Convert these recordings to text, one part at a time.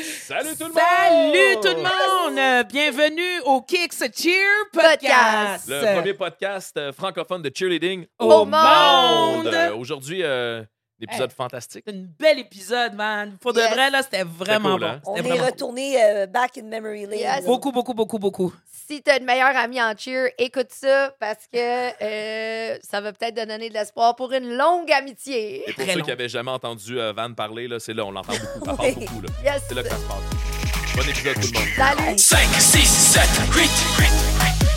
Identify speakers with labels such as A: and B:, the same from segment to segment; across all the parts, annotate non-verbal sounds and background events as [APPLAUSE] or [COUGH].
A: Salut tout le
B: Salut
A: monde!
B: tout le monde! Bienvenue au Kicks Cheer
C: Podcast.
B: Podcast!
A: Le premier podcast euh, francophone de cheerleading
B: Au
C: monde!
A: Euh, Aujourd'hui, euh, un épisode fantastique.
B: C'est un bel épisode, man. Pour de
C: Yes.
B: vrai, là, c'était vraiment
A: cool, hein?
B: bon.
D: On
B: C'était
D: est
B: vraiment
D: retourné euh, back in memory lane.
C: Yes.
B: cool. Beaucoup, beaucoup, beaucoup, beaucoup.
C: Si t'as une meilleure amie en cheer, écoute ça parce que euh, ça va peut-être te donner de l'espoir pour une longue amitié.
A: Et pour
B: Très
A: ceux
B: long.
A: qui n'avaient jamais entendu euh, Van parler, là, c'est là, on l'entend
B: [LAUGHS]
A: beaucoup. Elle
D: Oui.
A: parle beaucoup. là.
C: Yes.
A: C'est là que ça se passe. Bon épisode tout le monde.
C: Salut.
E: 5, 6, 7, 8.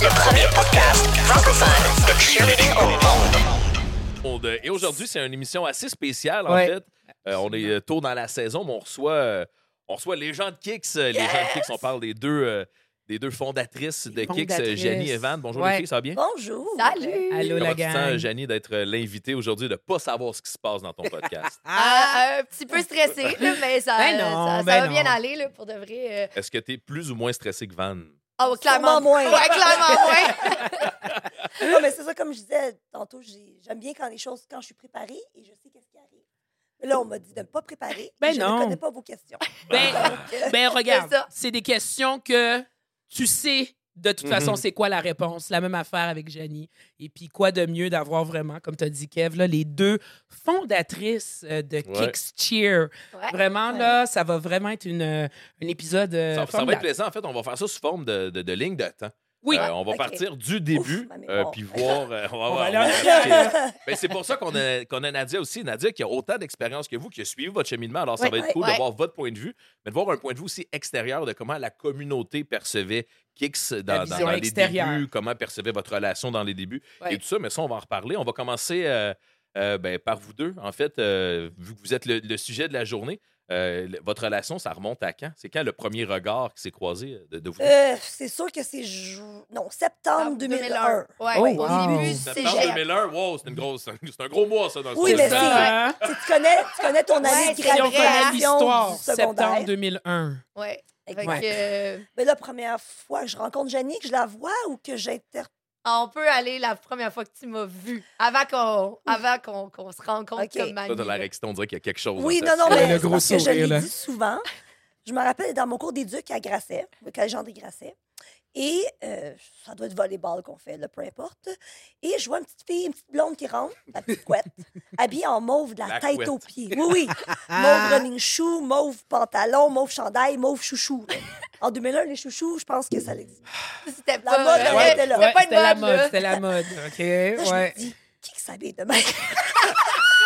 E: Le premier podcast francophone de cheerleading au monde.
A: Monde. Et aujourd'hui, c'est une émission assez spéciale, en
B: Ouais.
A: fait. Euh, on est euh, tôt dans la saison, mais on reçoit, euh, on reçoit les gens de Kicks. euh, Les gens de Kicks, on parle des deux, euh, des deux fondatrices de Kicks, euh,
B: fondatrices.
A: Janie et Van. Bonjour
B: Ouais.
A: les filles, ça va bien?
D: Bonjour.
C: Salut.
B: Allô,
A: Comment
B: la
A: tu te sens,
B: gang.
A: Janie, d'être euh, l'invitée aujourd'hui, de ne pas savoir ce qui se passe dans ton
B: [LAUGHS]
A: podcast?
C: Ah, un petit peu stressée, là, mais ça,
B: Ben non,
C: ça, ça
B: ben
C: va bien
B: non.
C: aller là, pour de vrai. euh.
A: Est-ce que tu es plus ou moins stressé que Van?
C: Ah, ouais, clairement.
D: Sûrement moins.
C: Ouais, clairement moins.
D: Non, mais c'est ça, comme je disais tantôt, j'ai- j'aime bien quand les choses, quand je suis préparée et je sais qu'est-ce qui arrive. Mais là, on m'a dit de ne pas préparer. et
B: Ben
D: je
B: non.
D: ne connais pas
B: [LAUGHS]
D: vos questions.
B: Ben,
D: Donc, euh,
B: ben regarde,
C: C'est ça.
B: c'est des questions que tu sais de toute façon
A: Mhm.
B: c'est quoi la réponse. La même affaire avec Janie. Et puis quoi de mieux d'avoir vraiment, comme tu as dit Kev, là, les deux fondatrices euh, de
A: Ouais.
B: Kicks Cheer.
C: Ouais.
B: Vraiment,
D: Ouais.
B: là, ça va vraiment être une, euh, un épisode
A: Ça,
B: euh,
A: ça va être
B: formidable.
A: plaisant. En fait, on va faire ça sous forme de, de, de ligne de temps.
B: Oui.
A: Euh, on va
D: Ok.
A: partir du début,
D: ma
A: euh,
D: mémoire.
A: puis voir. euh, on va,
B: On va
A: voir-
B: aller
A: on
B: en
A: va expliquer. Ben, c'est pour ça qu'on a, qu'on a Nadia aussi. Nadia qui a autant d'expérience que vous, qui a suivi votre cheminement. Alors, ça
D: Ouais,
A: va être
D: ouais,
A: cool de
C: ouais.
A: voir votre point de vue, mais de voir un point de vue aussi extérieur de comment la communauté percevait Kix
B: La
A: dans, dans-
B: vision
A: dans les
B: extérieure.
A: débuts, comment percevait votre relation dans les débuts
B: Ouais.
A: et tout ça. Mais ça, on va en reparler. On va commencer euh, euh, ben, par vous deux, en fait, euh, vu que vous êtes le, le sujet de la journée. euh, le- votre relation, ça remonte à quand? C'est quand le premier regard qui s'est croisé de, de vous? deux?
D: euh, c'est sûr que c'est. jou- Non, septembre 2001.
C: Ouais,
B: Oh,
C: au
B: wow.
C: début du
A: Septembre
C: cégep.
A: 2001, wow, c'est une grosse- [LAUGHS] c'est un gros mois, ça, dans le
D: Oui,
A: sens.
D: mais c'est-
B: Ça, hein?
D: Tu, sais, tu connais, tu connais ton année
C: Ouais,
D: de
C: si on
B: Si on
C: Après,
B: connaît
C: action
D: graduation
B: l'histoire,
D: du secondaire.
B: septembre 2001.
C: Ouais. Fait
D: Exact.
C: que, euh,
D: Mais la première fois que je rencontre Janie, que je la vois ou que j'interpelle.
C: on peut aller la première fois que tu m'as vu, avant qu'on avant qu'on qu'on se rencontre
D: Ok.
C: comme
A: Toi,
C: mamie.
A: dans la
C: là.
A: réaction, on dirait qu'il y a quelque chose.
D: Oui,
A: en
D: non,
A: fait.
D: non,
B: Le
D: mais c'est
B: gros
D: parce que je
B: sourire, là.
D: l'ai dit souvent. Je me rappelle dans mon cours des ducs à Grasset, le collège André Grasset. Et euh, ça doit être volleyball qu'on fait, là, peu importe. Et je vois une petite fille, une petite blonde qui rentre, la
B: [LAUGHS]
D: petite couette, habillée en mauve de la,
A: La
D: tête
A: couette.
D: aux pieds. Oui, oui. Mauve running shoe, mauve pantalon, mauve chandail, mauve chouchou. là. En 2001, les chouchous, je pense que ça existe.
C: C'était
D: La
C: pas,
D: mode,
C: euh,
D: ouais,
C: c'était
D: là.
C: pas une
B: c'était la
C: mode,
B: mode,
C: là.
B: c'était la mode. [LAUGHS] OK,
D: Là, je
B: ouais.
D: me dis, qui qui s'habille demain?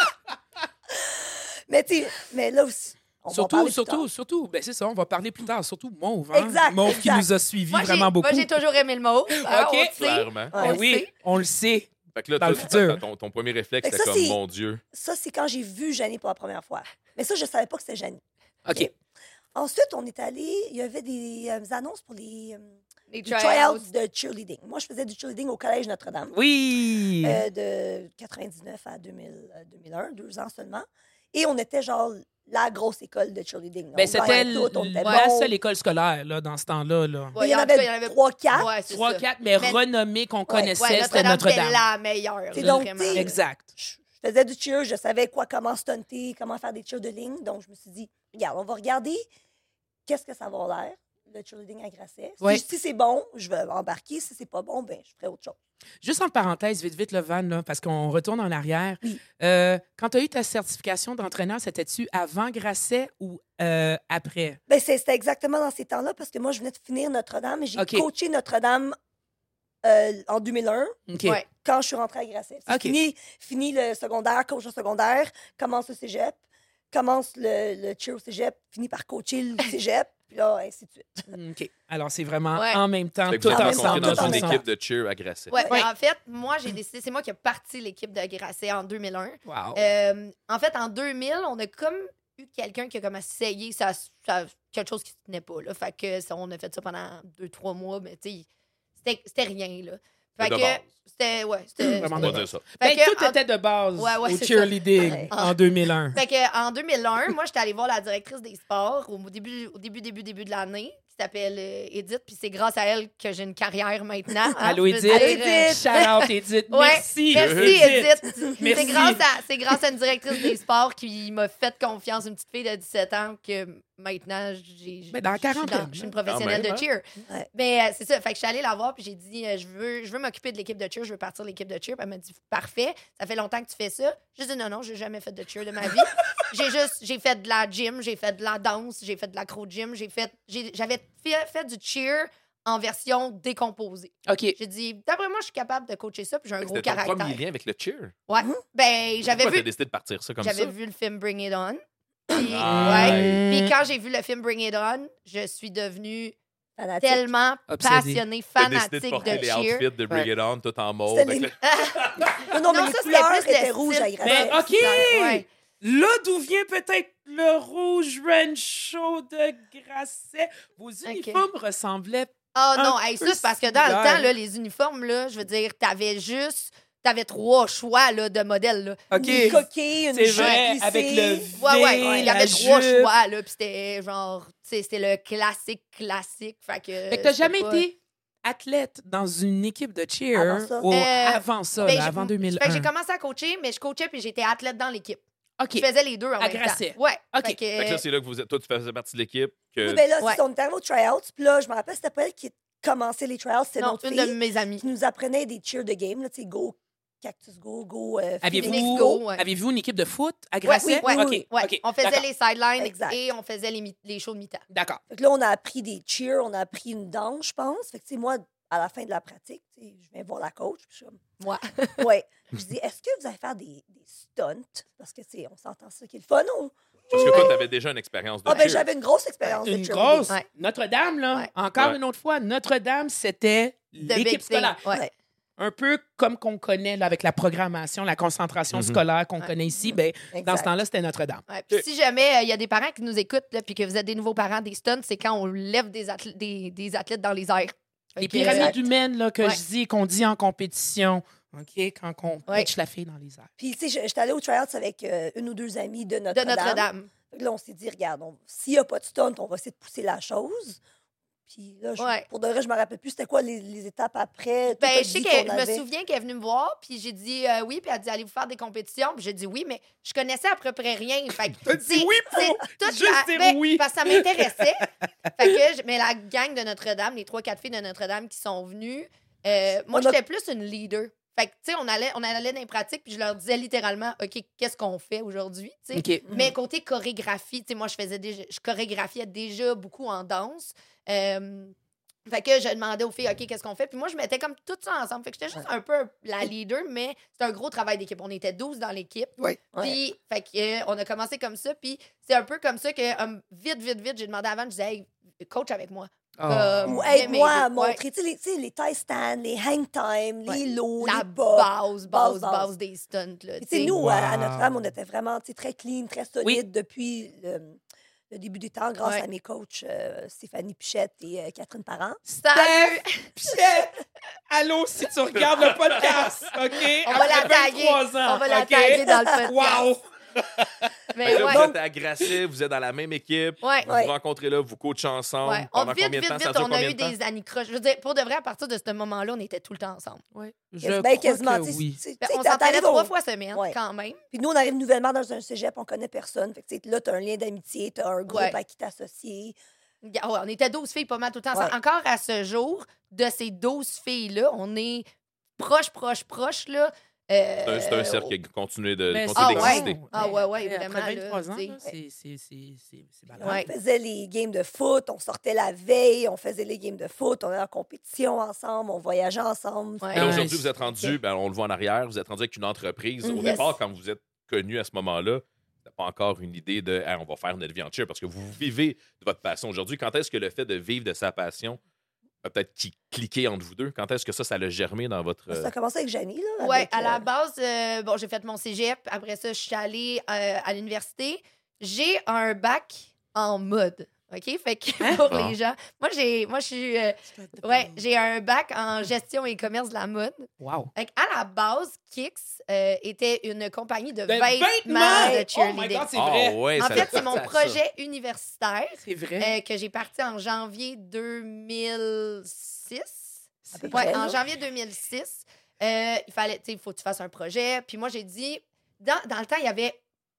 D: [LAUGHS] mais tu sais, mais là aussi, on va en parler
B: Surtout,
D: plus tard.
B: surtout, surtout. Ben, c'est ça, on va parler plus tard. Surtout Mauve. Hein?
D: Exact,
B: Mauve qui
D: exact.
B: nous a suivis
C: Moi, j'ai-
B: vraiment beaucoup.
C: Moi, j'ai toujours aimé le
D: [LAUGHS]
C: mot. Ah,
B: Ok.
C: On le sait.
A: Clairement.
B: Ben
D: Ouais.
C: on le
B: oui,
C: sait.
B: on le sait.
A: Fait que là,
B: Dans
A: toi,
B: le futur.
A: t'as- Ton, ton premier réflexe,
D: Fait que
A: c'était
D: ça,
A: comme
D: c'est-
A: mon Dieu.
D: Ça, c'est quand j'ai vu Janie pour la première fois. Mais ça, je ne savais pas que c'était Janie.
B: OK.
D: Ensuite, on est allé, il y avait des euh, annonces pour les, euh,
C: Les
D: les
C: tryouts.
D: tryouts de cheerleading. Moi, je faisais du cheerleading au Collège Notre-Dame
B: Oui. Ben,
D: euh, de 99 à 2000, euh, 2001, deux ans seulement. Et on était genre la grosse école de cheerleading. là.
B: Ben,
D: On
B: c'était
D: gagnait tout, on
B: l-
D: était
B: la
D: bon.
B: seule école scolaire là, dans ce temps-là. Là.
C: Ouais,
D: Il y en
C: en tout cas, il y en
D: avait
C: avait-
D: trois, quatre.
C: Ouais, c'est
B: Trois,
C: ça.
B: quatre, mais
C: Mais-
B: renommées qu'on connaissait,
C: Ouais,
B: c'était Notre-Dame.
C: C'était la meilleure.
D: C'est
C: là,
D: donc,
C: vraiment.
D: t'sais,
B: Exact.
D: Je je faisais du cheer, je savais quoi, comment stunter, comment faire des cheers de ligne. Donc, je me suis dit, regarde, on va regarder qu'est-ce que ça va avoir l'air, le cheerleading à Grasset. Si-
B: Ouais.
D: Si, c'est bon, je vais embarquer. Si c'est pas bon, ben je ferai autre chose.
B: Juste en parenthèse, vite, vite, le van, là, parce qu'on retourne en arrière.
D: Oui.
B: Euh, quand tu as eu ta certification d'entraîneur, c'était-tu avant Grasset ou euh, après?
D: Ben, c'est- c'était exactement dans ces temps-là parce que moi, je venais de finir Notre-Dame et j'ai
B: OK.
D: coaché Notre-Dame euh, en 2001
B: OK.
C: Ouais.
D: quand je suis rentrée à Grasset. C'est
B: OK.
D: Fini, fini le secondaire, coach au secondaire, commence le cégep, commence le, le cheer au cégep, fini par
B: [LAUGHS]
D: coacher le cégep, puis là, ainsi de suite.
B: OK. Alors, c'est vraiment
C: Ouais.
B: en même temps,
A: Fait que
B: tout
A: vous êtes
D: en
B: ensemble.
A: rencontrés dans
D: tout
A: une
D: ensemble.
A: équipe de cheer à Grasset.
C: Ouais, ben,
B: Ouais.
C: En fait, moi, j'ai décidé. C'est moi qui ai parti l'équipe de Grasset en 2001.
B: Wow.
C: Euh, en fait, en 2000, on a comme eu quelqu'un qui a comme essayé ça, ça- quelque chose qui ne tenait pas. Là. Fait que ça, on a fait ça pendant deux, trois mois, mais tu sais, c'était- c'était rien. Là. Fait
A: C'est de base.
C: que c'était. Ouais, c'était.
B: Vraiment
A: On
B: de
A: va
C: c'était-
A: dire ça.
C: fait
B: Ben,
C: que
B: tout
C: en-
B: était de base
C: Ouais, ouais,
B: au
C: c'est
B: cheerleading
D: Ouais.
B: en 2001.
C: Fait que, en 2001, moi, j'étais allée voir la directrice des sports au début, au début, début, début de l'année, qui s'appelle euh, Edith, puis c'est grâce à elle que j'ai une carrière maintenant. Alors,
B: Allô,
C: je veux
B: Edith.
C: dire, euh,
D: Edith.
B: Shout-out, Edith.
C: Ah. Ouais.
B: Merci.
C: Merci, Edith.
B: Merci.
C: C'est grâce, à, c'est grâce à une directrice des sports qui m'a fait confiance, une petite fille de 17 ans, que maintenant, j'ai, j'ai-
B: Mais dans la
C: je suis
B: quarantaine,
C: dans- je suis une
B: hein.
C: professionnelle
A: Quand
C: de
A: même, hein.
C: cheer.
D: Ouais.
C: Mais euh, c'est ça, fait que je suis allée la voir, puis j'ai dit, euh, je, veux, je veux m'occuper de l'équipe de cheer, je veux partir de l'équipe de cheer. Puis elle m'a dit, parfait, ça fait longtemps que tu fais ça. J'ai dit, non, non, j'ai jamais fait de cheer
B: [LAUGHS]
C: de ma vie. j'ai juste, j'ai fait de la gym, j'ai fait de la danse, j'ai fait de l'acro-gym, j'ai fait, j'ai- j'avais fait, fait du cheer en version décomposée.
B: OK.
C: J'ai dit, d'après moi, je suis capable de coacher ça, puis j'ai un gros
A: C'était ton
C: caractère.
A: premier lien avec le cheer.
C: Ouais.
B: Hein?
C: Ben, j'avais
A: Pourquoi t'as
C: vu,
A: décidé de partir ça comme ça? Ah,
C: j'avais vu le film Bring It
B: [CLEARS THROAT]
C: On. Puis, ouais.
A: Nice.
C: Puis quand j'ai vu le film Bring It On, je suis devenue
D: Fanatique.
C: tellement
B: Obsédée.
C: passionnée,
A: T'as décidé de
C: fanatique
A: porter
C: de
A: les
C: cheer.
A: outfits de Bring
B: Ouais.
A: It On tout en mauve.
D: C'était
A: avec
D: les-
A: le-
C: [LAUGHS]
D: Non, non, mais
C: Non,
D: les
C: ça, c'était
D: couleurs
C: plus le
D: étaient
C: style.
D: rouges à gratter.
B: Mais OK!
C: Ouais.
B: Là d'où vient peut-être le rouge rancho de Grasset. Vos uniformes ressemblaient.
C: Ah
B: Un
C: non, hey, ça,
B: peu
C: c'est parce que dans le
B: similaire.
C: temps, là, les uniformes, là, je veux dire, t'avais juste. T'avais trois choix là, de modèles. Là.
B: OK.
D: Une coquille, une
B: C'est
D: jupe
B: vrai,
D: glissée.
B: avec le V,
C: Ouais, ouais. Il y
B: la
C: avait trois
B: jupe.
C: choix, là, puis c'était genre, tu sais, c'était le classique, classique. Fait que.
B: Fait que t'as
C: c'était
B: jamais
C: Euh, pas-
B: été athlète dans une équipe de cheer
D: Avant ça.
B: au-
C: Euh,
B: avant ça,
C: ben,
B: là,
C: j'ai-
B: avant
C: Fait que j'ai
B: 2001.
C: commencé à coacher, mais je coachais puis j'étais athlète dans l'équipe.
B: OK.
C: Je faisais les deux en
B: À
C: même
B: Grasset.
C: temps. Ouais.
B: OK.
C: Fait que-
A: Fait que là, c'est là que vous êtes. Toi, tu faisais partie de l'équipe. Que...
D: Oui, ben là,
C: Ouais.
D: c'est on était arrivé aux tryouts. Puis là, je me rappelle, c'était pas elle qui commençait les tryouts, c'était
C: non,
D: notre
C: une
D: fille
C: de mes amies.
D: qui nous apprenait des cheers de game. Là, tu sais, go, cactus go, go, euh,
B: Aviez-vous
D: Phoenix,
C: Go, ouais.
B: aviez-vous une équipe de foot à
C: Ouais,
B: Grasset?
C: oui, oui,
B: OK,
C: oui, ouais.
B: OK,
C: On faisait
B: d'accord,
C: les sidelines
D: Exact.
C: et on faisait les, mi- les shows de mi-temps.
B: D'accord.
D: Fait que là, on a appris des cheers, on a appris une danse, je pense. Fait que, tu sais, moi, à la fin de la pratique, tu sais, je vais voir la coach. Puis je suis
C: [LAUGHS]
D: comme,
C: Moi.
D: ouais. Je dis, est-ce que vous allez faire des, des stunts? Parce que, tu sais, on s'entend ça qui est le fun. Ou...
A: Parce que toi, t'avais déjà une expérience de
D: Ah, ben,
A: cheer.
D: j'avais une grosse expérience. de
B: Une
D: cheerleading.
B: grosse.
C: Ouais.
B: Notre-Dame, là,
C: Ouais.
B: encore
A: Ouais.
B: une autre fois, Notre-Dame, c'était
C: The big
B: l'équipe
C: thing.
B: scolaire.
C: Ouais.
D: Ouais.
B: Un peu comme qu'on connaît là, avec la programmation, la concentration
A: Mhm.
B: scolaire qu'on
C: Ouais.
B: connaît ici, ben, dans
D: Exact.
B: ce temps-là, c'était Notre-Dame.
C: Ouais. Puis si jamais euh, il y a des parents qui nous écoutent là, puis que vous êtes des nouveaux parents des stunts, c'est quand on lève des, athlè- des, des athlètes dans les airs. euh, Fait
B: Les
C: que-
B: pyramides humaines là, que
C: Ouais.
B: je dis, qu'on dit en compétition, OK, quand on
C: Ouais.
B: pitch la fille dans les airs.
D: Puis, tu sais, je- j'étais allée aux tryouts avec euh, une ou deux amies de
C: de
D: Notre-Dame.
C: Notre-Dame.
D: Fait que Là, on s'est dit, regarde, on- s'il n'y a pas de stunt, on va essayer de pousser la chose. Puis là, je-
C: Ouais.
D: pour de vrai, je me rappelle plus c'était quoi les, les étapes après. tout
C: Ben,
D: le
C: je sais
D: vie
C: que
D: qu'on
C: je me
D: avait.
C: souviens qu'elle est venue me voir, puis j'ai dit euh, oui, puis elle a dit allez-vous faire des compétitions, puis j'ai dit oui, mais je connaissais à peu près rien. Fait que
B: T'as dit
C: c'est-
B: oui pour [LAUGHS]
C: c'est
B: juste dire
C: ben,
B: oui.
C: Parce que
B: [LAUGHS]
C: ça m'intéressait. fait que je- mais la gang de Notre-Dame, les trois quatre filles de Notre-Dame qui sont venues, euh, moi
D: On a-
C: j'étais plus une leader. Fait que tu sais on allait on allait dans les pratiques, puis je leur disais littéralement OK, qu'est-ce qu'on fait aujourd'hui, tu sais.
D: Mhm.
B: OK. Mhm.
C: Mais côté chorégraphie, tu sais, moi, je faisais déjà, je chorégraphiais déjà beaucoup en danse. Euh, fait que je demandais aux filles, OK, qu'est-ce qu'on fait? Puis moi, je mettais comme tout ça ensemble. Fait que j'étais juste un peu la leader, mais c'était un gros travail d'équipe. On était 12 dans l'équipe.
D: Ouais.
C: Puis, fait que, euh, on a commencé comme ça. Puis, c'est un peu comme ça que, hum, vite, vite, vite, j'ai demandé avant, je disais, hey, coach avec moi.
B: Ah.
C: Comme-
D: Ou
C: Ouais,
D: aide-moi
C: euh, mais-
D: à
C: ouais.
D: montrer, tu sais, les- tu sais, les tie stands, les hang time,
C: Ouais.
D: les lows,
C: La
D: les bobs.
C: base, base,
D: base,
C: base des stunts. Là,
D: Puis,
C: tu sais.
D: Tu sais, nous,
B: Wow.
D: à à Notre-Dame, on était vraiment tu sais, très clean, très solide depuis le, le début des temps, grâce
C: Ouais.
D: à mes coachs euh, Stéphanie Pichette et euh, Catherine Parent.
A: [LAUGHS]
C: Salut!
B: Pichette! Allô, si tu regardes le podcast, OK?
C: On va la
B: Après
C: taguer.
B: 23 ans,
C: On va la
B: OK?
C: taguer dans le podcast.
B: Wow!
A: Fait
C: Mais
A: que là,
C: ouais,
A: vous êtes à Grasset, vous êtes dans la même équipe.
C: ouais.
A: Vous
D: Ouais.
A: vous rencontrez là, vous coachez ensemble.
C: Ouais. On,
A: Pendant
C: vite,
A: combien de
C: vite,
A: temps?
C: vite,
A: Ça dure
C: on a
A: combien
C: eu
A: de temps?
C: des années croches. Je veux dire, pour de vrai, à partir de ce moment-là, on était tout le temps ensemble.
B: Ouais, je
D: Ben,
B: crois
D: quasiment,
B: que
D: tu sais,
B: oui.
D: tu sais,
C: Ben,
D: tu sais,
C: on
D: t'arrives
C: s'entraînait
D: au-
C: trois fois semaine,
D: Ouais.
C: quand même.
D: Puis nous, on arrive nouvellement dans un cégep, on connaît personne. Fait que, tu sais, là, tu as un lien d'amitié, tu as un groupe
C: Ouais.
D: à qui t'associer.
C: Ouais, on était 12 filles pas mal tout le temps. ensemble.
D: Ouais.
C: Encore à ce jour, de ces 12 filles-là, on est proche, proche, proche. Là, euh,
A: C'est un- C'est un cercle qui continue de
B: Ben,
A: continue
C: ah,
A: d'exister.
B: bon.
C: Ah ouais, ouais,
B: Et après
C: vraiment, là,
B: 23 ans,
C: tu sais.
B: là, c'est- c'est- c'est c'est- c'est
D: On
B: balade.
C: Ouais.
D: faisait les games de foot, on sortait la veille, on faisait les games de foot, on allait en compétition ensemble, on voyageait ensemble.
C: Ouais.
A: Là,
B: Nice.
A: Aujourd'hui, vous êtes rendu, ben, on le voit en arrière, vous êtes rendu avec une entreprise. Au
D: Yes.
A: départ, quand vous êtes connu à ce moment-là, vous n'avez pas encore une idée de Hey, on va faire notre vie en cheer parce que vous vivez de votre passion. Aujourd'hui, quand est-ce que le fait de vivre de sa passion a peut-être qui- cliqué entre vous deux? Quand est-ce que ça, ça l'a germé dans votre. euh,
D: Ça a commencé avec Janie, là.
C: Ouais,
D: avec,
C: à la
D: euh,
C: base, euh, bon, j'ai fait mon cégep. Après ça, je suis allée euh, à l'université. J'ai un bac en mode. OK? Fait que pour
A: Bon.
C: les gens. Moi, j'ai, moi, je suis. euh, ouais, j'ai un bac en gestion et commerce de la mode.
B: Wow.
C: Fait que à la base, Kix euh, était une compagnie de,
B: Ben,
C: vêtements,
B: vêtements!
C: de
B: Oh my
C: cheerleading.
B: God, c'est Hein?
A: Ah
B: vrai. Eh,
A: ouais,
C: en
A: ça
C: fait,
A: doit
C: c'est
A: faire
C: mon
A: ça.
C: projet universitaire
B: C'est vrai.
C: euh, que j'ai parti en janvier 2006.
D: à peu
C: Ouais,
D: près,
C: en
D: là.
C: janvier 2006, euh, il fallait, tu sais, il faut que tu fasses un projet. Puis moi, j'ai dit, dans, dans le temps, il n'y avait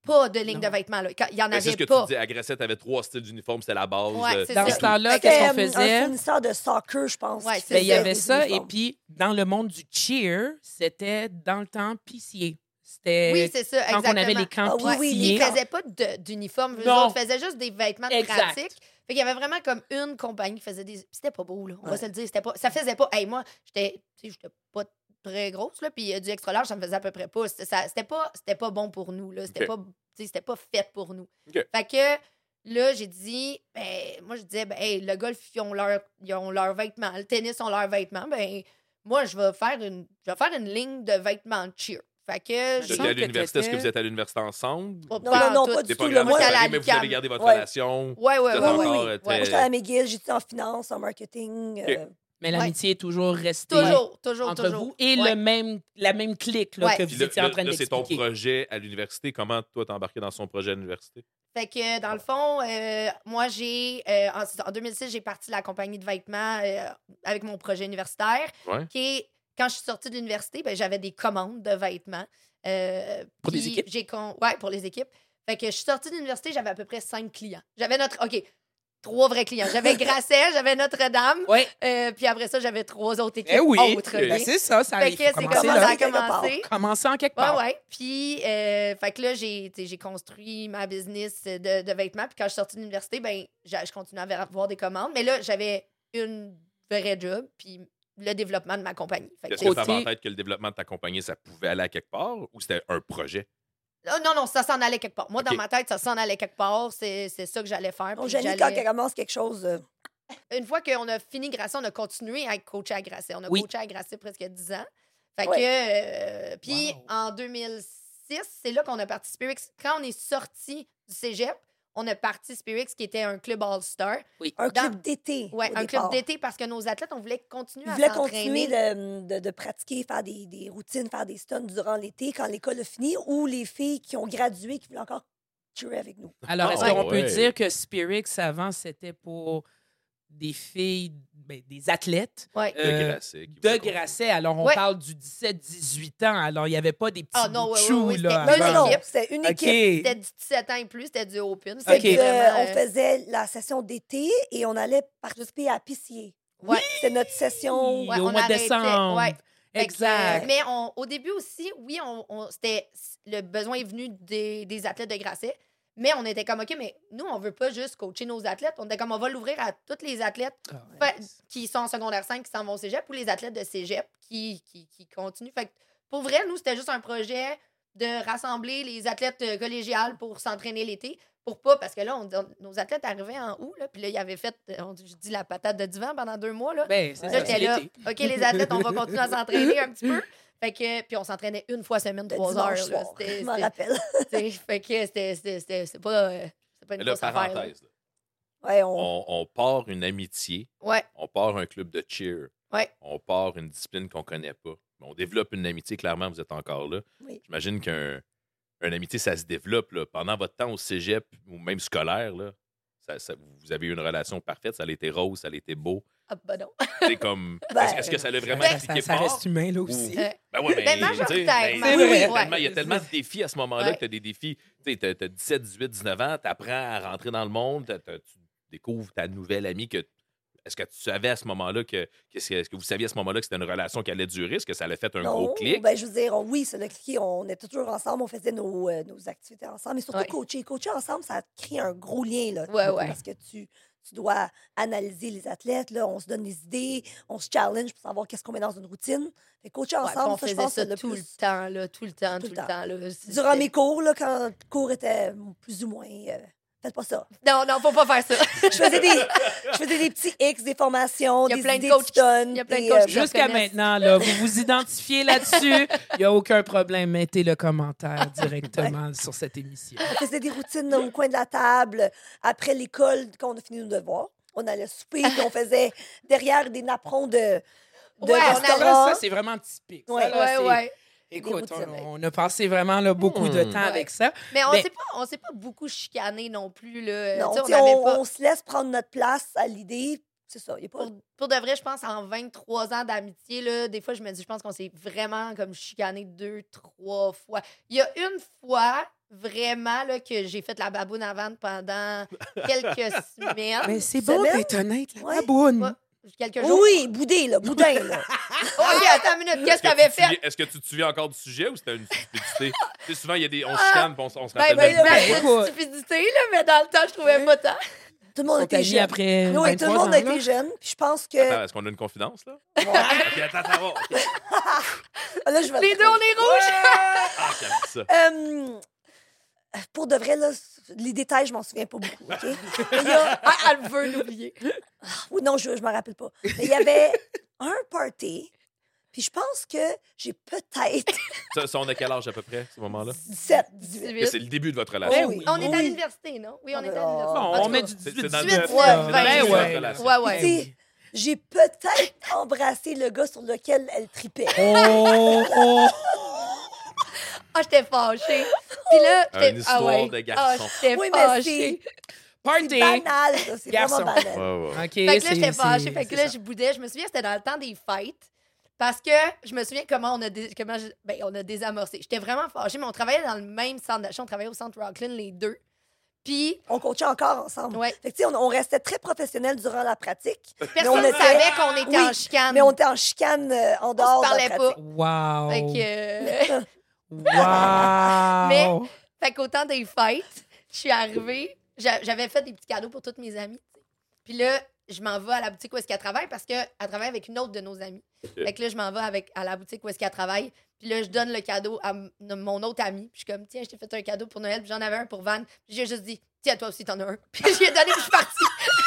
C: pas de ligne
B: Non.
C: de vêtements. Là. Quand- Il n'y en
A: Mais C'est ce
C: avait
A: que
C: pas.
A: tu dis. À Grasset, t'avais trois styles d'uniforme, c'était la base.
C: Ouais,
A: euh,
C: c'est
B: Dans
C: ça.
B: ce temps-là,
D: C'était,
B: qu'est-ce qu'on
D: euh, Un
B: faisait?
D: fournisseur de soccer, je pense.
C: Ouais,
D: qui
C: c'est
B: Ben, il
C: ça,
B: y
D: faisait
B: avait
D: des
B: ça. Et
D: uniformes.
B: puis, dans le monde du cheer, c'était dans le temps PCA. C'était
C: Oui, c'est ça,
B: quand
C: exactement.
B: on avait les camps
D: Ah
C: Ouais,
B: PCA.
D: oui,
C: ils ne faisaient pas de- d'uniforme. Eux
B: Non.
C: autres faisaient juste des vêtements de
B: Exact.
C: pratique. Fait qu'il y avait vraiment comme une compagnie qui faisait des. Puis C'était pas beau, là. On va
D: Ouais.
C: se le dire. C'était pas... Ça faisait pas. Hey, moi, j'étais tu sais, j'étais pas très grosse, là. Puis euh, du extra large, ça me faisait à peu près pas. C'était ça- c'était pas, c'était pas bon pour nous, là. C'était
A: Ok.
C: pas, tu sais, c'était pas fait pour nous.
A: Ok.
C: Fait que là, j'ai dit. Ben, moi, je disais, ben, hey, le golf, ils ont, leur... ils ont leurs vêtements. Le tennis, ont leurs vêtements. Ben, moi, je vais faire une, je vais faire une ligne de vêtements de cheer. Fait que
A: Vous
B: Je
C: j'ai.
A: étiez à
B: sens que
A: l'université, est-ce que
B: t'étais-
A: vous êtes à l'université ensemble?
C: pas
D: Non, non, non,
C: pantoute.
D: pas du
A: C'est
D: tout.
A: pas
D: Là,
A: grave,
D: moi,
C: j'étais à
A: c'est
C: la
A: réglé, mais vous
C: Lucam.
A: avez gardé votre
D: Ouais.
A: relation.
C: Ouais, ouais,
A: Vous êtes
C: ouais,
D: oui,
C: ouais.
A: encore
D: oui.
A: euh,
D: Moi,
A: très...
D: j'étais à McGill, j'étais en finance, en marketing.
A: Ok.
D: euh,
B: Mais l'amitié est toujours restée
C: Toujours, toujours,
B: entre
C: toujours.
B: vous et
C: Ouais.
B: le même, la même clique là,
C: Ouais.
B: que
A: Puis
B: vous
A: là,
B: étiez
A: là-
B: en train
A: là, c'est ton
B: d'expliquer.
A: projet à l'université. Comment toi t'es embarqué dans son projet à l'université?
B: Bah,
C: Fait que dans le fond, euh, moi j'ai euh, en, en 2006, j'ai parti de la compagnie de vêtements euh, avec mon projet universitaire
A: Ouais.
C: qui est quand je suis sortie de l'université, ben, j'avais des commandes de vêtements. euh,
B: Pour des
C: puis
B: équipes?
C: j'ai con- Ouais, pour les équipes. Fait que je suis sortie de l'université, j'avais à peu près cinq clients. J'avais notre OK, trois vrais clients.
B: [LAUGHS]
C: J'avais Grasset, j'avais Notre-Dame,
B: Oui,
C: euh, puis après ça, j'avais trois autres équipes
B: eh oui.
C: autres.
A: Ben,
C: ok?
B: Ben, c'est ça, ça
C: Fait
B: il
C: que
B: faut
C: c'est
B: commencer,
C: comment
B: là.
C: ça a
D: Quelque part.
C: commencé.
B: Commencer en quelque
C: Ouais,
B: part.
C: ouais. Puis, euh, fait que là, j'ai tu sais, j'ai construit ma business de, de vêtements. Puis quand je suis sortie de l'université, ben, j'a- je continuais à avoir des commandes. Mais là, j'avais une vraie job, puis le développement de ma compagnie. Fait que
A: Est-ce
C: j'ai-
A: que t'avais en
B: Côté-
A: tête que le développement de ta compagnie, ça pouvait aller à quelque part ou c'était un projet?
C: Ah, non, non, ça s'en allait quelque part. Moi,
A: Ok.
C: dans ma tête, ça s'en allait quelque part. C'est c'est ça que j'allais faire.
D: Donc,
C: puis
D: Jenny,
C: j'allais-
D: quand elle commence quelque chose, euh,
C: Une fois qu'on a fini Grasset, on a continué à coacher à Grasset. On a
B: Oui.
C: coaché à Grasset presque 10 ans. Fait
D: Ouais.
C: que. euh, puis
B: Wow.
C: en 2006, c'est là qu'on a parti Spirix. Quand on est sorti du cégep, on a parti Spirix, qui était un club All-Star.
D: un
C: Dans-
D: club d'été.
C: Ouais,
D: au
C: un
D: départ.
C: club d'été parce que nos athlètes, on voulait continuer
D: Ils
C: à
D: voulaient continuer
C: s'entraîner.
D: de, mm, de- de pratiquer, faire des, des routines, faire des stunts durant l'été quand l'école a fini ou les filles qui ont gradué qui voulaient encore cheerer avec nous.
B: Alors,
A: Ah,
B: est-ce qu'on
A: ouais.
B: peut dire que Spirix, avant, c'était pour des filles, ben, des athlètes
C: Ouais.
A: De
B: Euh,
A: Grasset. qui
B: de
A: voulait qu'on-
B: Grasset? Alors, on
C: Ouais.
B: parle du 17-18 ans. Alors, il n'y avait pas des petits
C: Ah, non, ouais,
B: chou,
C: ouais, ouais,
B: là.
D: Non,
C: c'était
D: non,
B: avant.
D: non,
C: équipe.
D: c'était une
B: OK.
D: équipe.
C: C'était du 17 ans et plus, c'était du open.
D: Fait
B: Ok.
D: que,
C: C'était
D: euh,
C: vraiment,
D: on faisait la session d'été et on allait participer à Pissier.
C: Ouais.
D: C'était notre session.
B: Oui,
C: Ouais,
B: au mois
C: on
B: de
C: arrêtait,
B: décembre.
C: ouais. Fait que, euh,
B: Exact.
C: mais on- au début aussi, oui, on, on- c'était le besoin est venu des, des athlètes de Grasset. Mais on était comme, OK, mais nous, on veut pas juste coacher nos athlètes. On était comme, on va l'ouvrir à tous les athlètes
B: Ah,
C: fait- qui sont en secondaire 5, qui s'en vont au cégep, ou les athlètes de cégep qui, qui, qui continuent. Fait que pour vrai, nous, c'était juste un projet de rassembler les athlètes euh, collégiales pour s'entraîner l'été. Pour pas, parce que là, on- on- nos athlètes arrivaient en août, là, puis là, ils avaient fait, euh, on, je dis, la patate de divan pendant deux mois. Là,
B: Ben, c'est
D: Ouais.
B: ça,
C: Là, j'étais
B: c'est
C: là,
B: l'été.
C: OK, les athlètes, on va continuer à s'entraîner un petit peu. Fait que, puis on s'entraînait une fois semaine,
D: de
C: trois heures.
D: dimanche
C: là.
D: soir,
C: C'était-
D: je m'en
C: c'était-
D: rappelle. [LAUGHS]
C: c'était- Fait que c'était- c'était c'était- c'était pas, euh, c'était pas une
A: Mais là,
C: grosse affaire. là.
A: parenthèse. là.
D: Ouais,
B: Oh.
D: on...
A: On, on part une amitié,
C: Ouais,
A: on part un club de cheer,
C: ouais.
A: on part une discipline qu'on connaît pas. Mais on développe une amitié, clairement, vous êtes encore là.
D: Oui.
A: J'imagine qu'un une amitié, ça se développe. là. Pendant votre temps au cégep ou même scolaire, là, ça- ça- vous avez eu une relation parfaite. Ça a été rose, ça a été beau.
C: Ah, bah non.
A: C'est comme.
D: Ben,
A: est-ce, est-ce que ça l'a vraiment
C: ben,
A: appliqué
B: ça, ça reste humain, là, aussi.
A: Ouh. Ben ouais, mais,
C: Ben,
A: tu sais,
C: majoritairement,
A: ben,
B: oui,
A: il y a
B: oui,
A: tellement-
C: ouais.
A: Il y a tellement de défis à ce moment-là
C: Ouais.
A: que tu as des défis. Tu sais, as 17, 18, 19 ans, tu apprends à rentrer dans le monde, t'as- t'as- tu découvres ta nouvelle amie que. Est-ce que tu savais à ce moment-là que. qu'est-ce que- Est-ce que vous saviez à ce moment-là que c'était une relation qui allait durer? Est-ce que ça allait fait un gros
D: non,
A: clic?
D: ben, je veux dire, on- oui, ça l'a cliqué. On était toujours ensemble, on faisait nos, euh, nos activités ensemble. Et surtout,
C: Ouais.
D: coacher. Coacher ensemble, ça crée un gros lien. Là,
C: Ouais, ouais.
D: Parce que tu, tu dois analyser les athlètes. Là, on se donne des idées, on se challenge pour savoir qu'est-ce qu'on met dans une routine. Mais coacher
C: Ouais, puis
D: ensemble,
C: on
D: ça, je
C: faisait
D: pense,
C: ça
D: c'est le
C: tout le
D: plus...
C: temps, là, tout le temps, tout, le temps. là.
D: Durant
C: C'était-
D: mes cours, là, quand le cours était plus ou moins euh, Faites pas ça.
C: Non, non, faut pas faire ça.
D: Je faisais des, je faisais des petits X, des formations,
C: Il y a
D: des
C: plein de
D: idées
C: coachs
D: qui
C: qui-
D: donnent,
C: il y a plein de
D: et,
C: coachs
D: euh,
C: qui-
B: Jusqu'à
C: reconnaissent.
B: maintenant, là, vous vous identifiez là-dessus. Il n'y a aucun problème. Mettez le commentaire directement sur cette émission.
D: On faisait des routines au coin de la table. Après l'école, quand on a fini nos devoirs, on allait souper, puis
C: [LAUGHS]
D: on faisait derrière des napperons de, de
C: Ouais, on allait-
D: restaurant.
B: Ça, c'est vraiment typique. Ça,
D: Ouais,
B: là,
C: ouais,
B: c'est-
C: ouais.
B: Écoute,
D: Des routines, ouais.
B: on, on a passé vraiment là, beaucoup de
A: Hmm.
B: temps avec ça.
C: Mais on
B: Mais-
C: s'est pas, on s'est pas beaucoup chicané non plus là.
D: Non,
C: Tu sais,
D: tu sais,
C: on avait
D: on,
C: pas.
D: on se laisse prendre notre place à l'idée. C'est ça, il n'y a pas...
C: Pour, pour de vrai, je pense en 23 ans d'amitié là, des fois je me dis je pense qu'on s'est vraiment comme chicané deux, trois fois. Il y a une fois vraiment là que j'ai fait la baboune à vente
A: [LAUGHS]
C: pendant quelques semaines.
B: Mais c'est
D: bon
B: bon
D: Isabelle?
B: d'être honnête,
D: Ouais.
B: la boune.
C: Ah, Ouais. Quelques jours.
D: Oui, boudin, là, boudin,
C: [LAUGHS]
D: là.
C: Oh, OK, attends une minute. Qu'est-ce que t'avais fait?
A: Est-ce que tu te souviens encore du sujet ou c'était une stupidité? tu sais, souvent, il y a des. On se chicane puis on, s- on se
C: Ben,
A: rappelle
C: ben,
A: même
C: ben,
A: pas.
B: ben,
C: c'est une
B: écoute.
C: stupidité, là, mais dans le temps, je trouvais pas tant.
D: Tout le monde
B: On t'a
D: était
B: mis
D: jeune.
B: après
D: Oui,
B: 23
D: tout le monde
B: ans,
D: a
B: là. Ah,
D: été jeune. Puis je pense que... [LAUGHS]
A: Attends, Est-ce qu'on a une confidence, là? Ok, attends, attends, bon. Ok,
D: Ah, là, je vais-
C: Les deux, on est rouges.
A: Ah, j'aime ça.
D: Euh, pour de vrai, là, les détails, je m'en souviens pas
B: [LAUGHS]
D: beaucoup. OK? Mais il y a-
C: [LAUGHS] Ah, elle veut l'oublier.
D: Oui, non, je ne m'en rappelle pas. Mais il y avait un party, puis je pense que j'ai peut-être
A: ça. ça, on a quel âge à peu près, ce moment-là?
D: 17, 18.
A: Mais C'est le début de votre relation.
B: Ben
D: Oh oui.
B: oui.
C: On est à
D: Oui.
C: l'université, non? Oui, on est à
D: Oh.
C: l'université.
B: Bon,
C: En
B: on
C: tout
B: met
C: cas,
B: du
A: C'est-
B: 18
A: c'est dans
C: le-
B: là.
C: ouais,
B: Ben
C: vingt,
B: ouais.
A: vingt.
C: Ouais, ouais.
D: Tu sais, J'ai peut-être embrassé le gars sur lequel elle tripait.
B: Oh, oh.
C: Ah, j'étais fâchée. Puis là, j'étais.
A: Une histoire
C: ah ouais.
A: de garçon.
C: Ah, j'étais
D: Oui, mais
C: fâchée.
B: Party.
D: Banal, ça, c'est
B: Garçon.
D: vraiment banal.
A: Ouais, ouais.
B: OK,
C: Fait que là,
B: c'est-
C: j'étais fâchée.
B: c'est-
C: Fait que
B: c'est
C: là,
B: ça.
C: je boudais. Je me souviens, c'était dans le temps des fêtes. Parce que je me souviens comment on a, dé- comment je- ben, on a désamorcé. J'étais vraiment fâchée, mais on travaillait dans le même centre d'achat. On travaillait au centre Rockland, les deux. Puis,
D: On coachait encore ensemble.
C: ouais,
D: Fait que, tu sais, on, on restait très professionnels durant la pratique,
C: personne ne
D: était-
C: savait qu'on était
D: Oui,
C: en chicane.
D: mais on était en chicane euh, en
C: Ah, On se
D: dehors de
C: parlait
D: la pratique.
C: pas.
B: Wow.
C: Fait que, euh, [LAUGHS]
B: Wow.
C: fait qu'au temps des fêtes, je suis arrivée, j'a- j'avais fait des petits cadeaux pour toutes mes amies. tu sais. Puis là, je m'en vais à la boutique où est-ce qu'elle travaille parce qu'elle travaille avec une autre de nos amies. Fait que là, je m'en vais avec, à la boutique où est-ce qu'elle travaille. Puis là, je donne le cadeau à m- mon autre amie. Puis je suis comme, tiens, je t'ai fait un cadeau pour Noël. Puis j'en avais un pour Van. Puis j'ai juste dit, tiens, toi aussi, t'en as un. [LAUGHS] Puis je lui ai donné, puis je suis partie. [LAUGHS]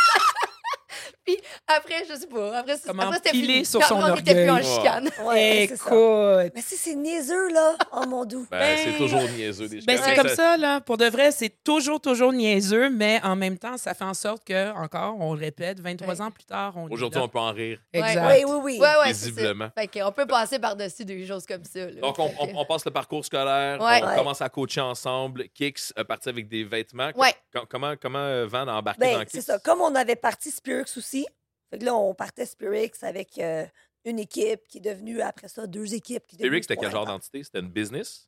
C: puis après, je sais pas. Après, c'est-
B: Comment
C: après, c'était
B: piler
C: fini.
B: sur
C: Quand
B: son
C: on était plus en
A: orgueil.
C: chicane.
D: Ouais, c'est ça.
B: Écoute.
D: Mais si c'est niaiseux, là, en mon doux.
A: Ben, c'est
B: Eh, Ben-
A: toujours niaiseux, des
B: Ben,
A: chicanes.
B: c'est comme ça, là. Pour de vrai, c'est toujours, toujours niaiseux, mais en même temps, ça fait en sorte que, encore, on le répète, 23
C: Ouais.
B: ans plus tard, on est
A: Aujourd'hui,
B: là.
A: on peut en rire.
B: Exact.
D: Oui, oui, oui.
C: Ouais, ouais, c'est ça.
A: Visiblement.
C: Fait qu'on peut passer par-dessus des choses comme ça. là.
A: Donc, on,
C: Fait que-
A: on- on passe le parcours scolaire,
C: Ouais.
A: on
D: Ouais.
A: commence à coacher ensemble. Kix a parti avec des vêtements. Com-
C: Ouais.
A: com- comment, comment euh, Van a embarqué dans
D: Ben,
A: Kix?
D: c'est ça. Comme on avait parti Spirix aussi, fait que là, on partait Spirix avec euh, une équipe qui est devenue, après ça, deux équipes. qui est devenue
A: Eric, c'était quel
D: trois.
A: genre d'entité? C'était une business?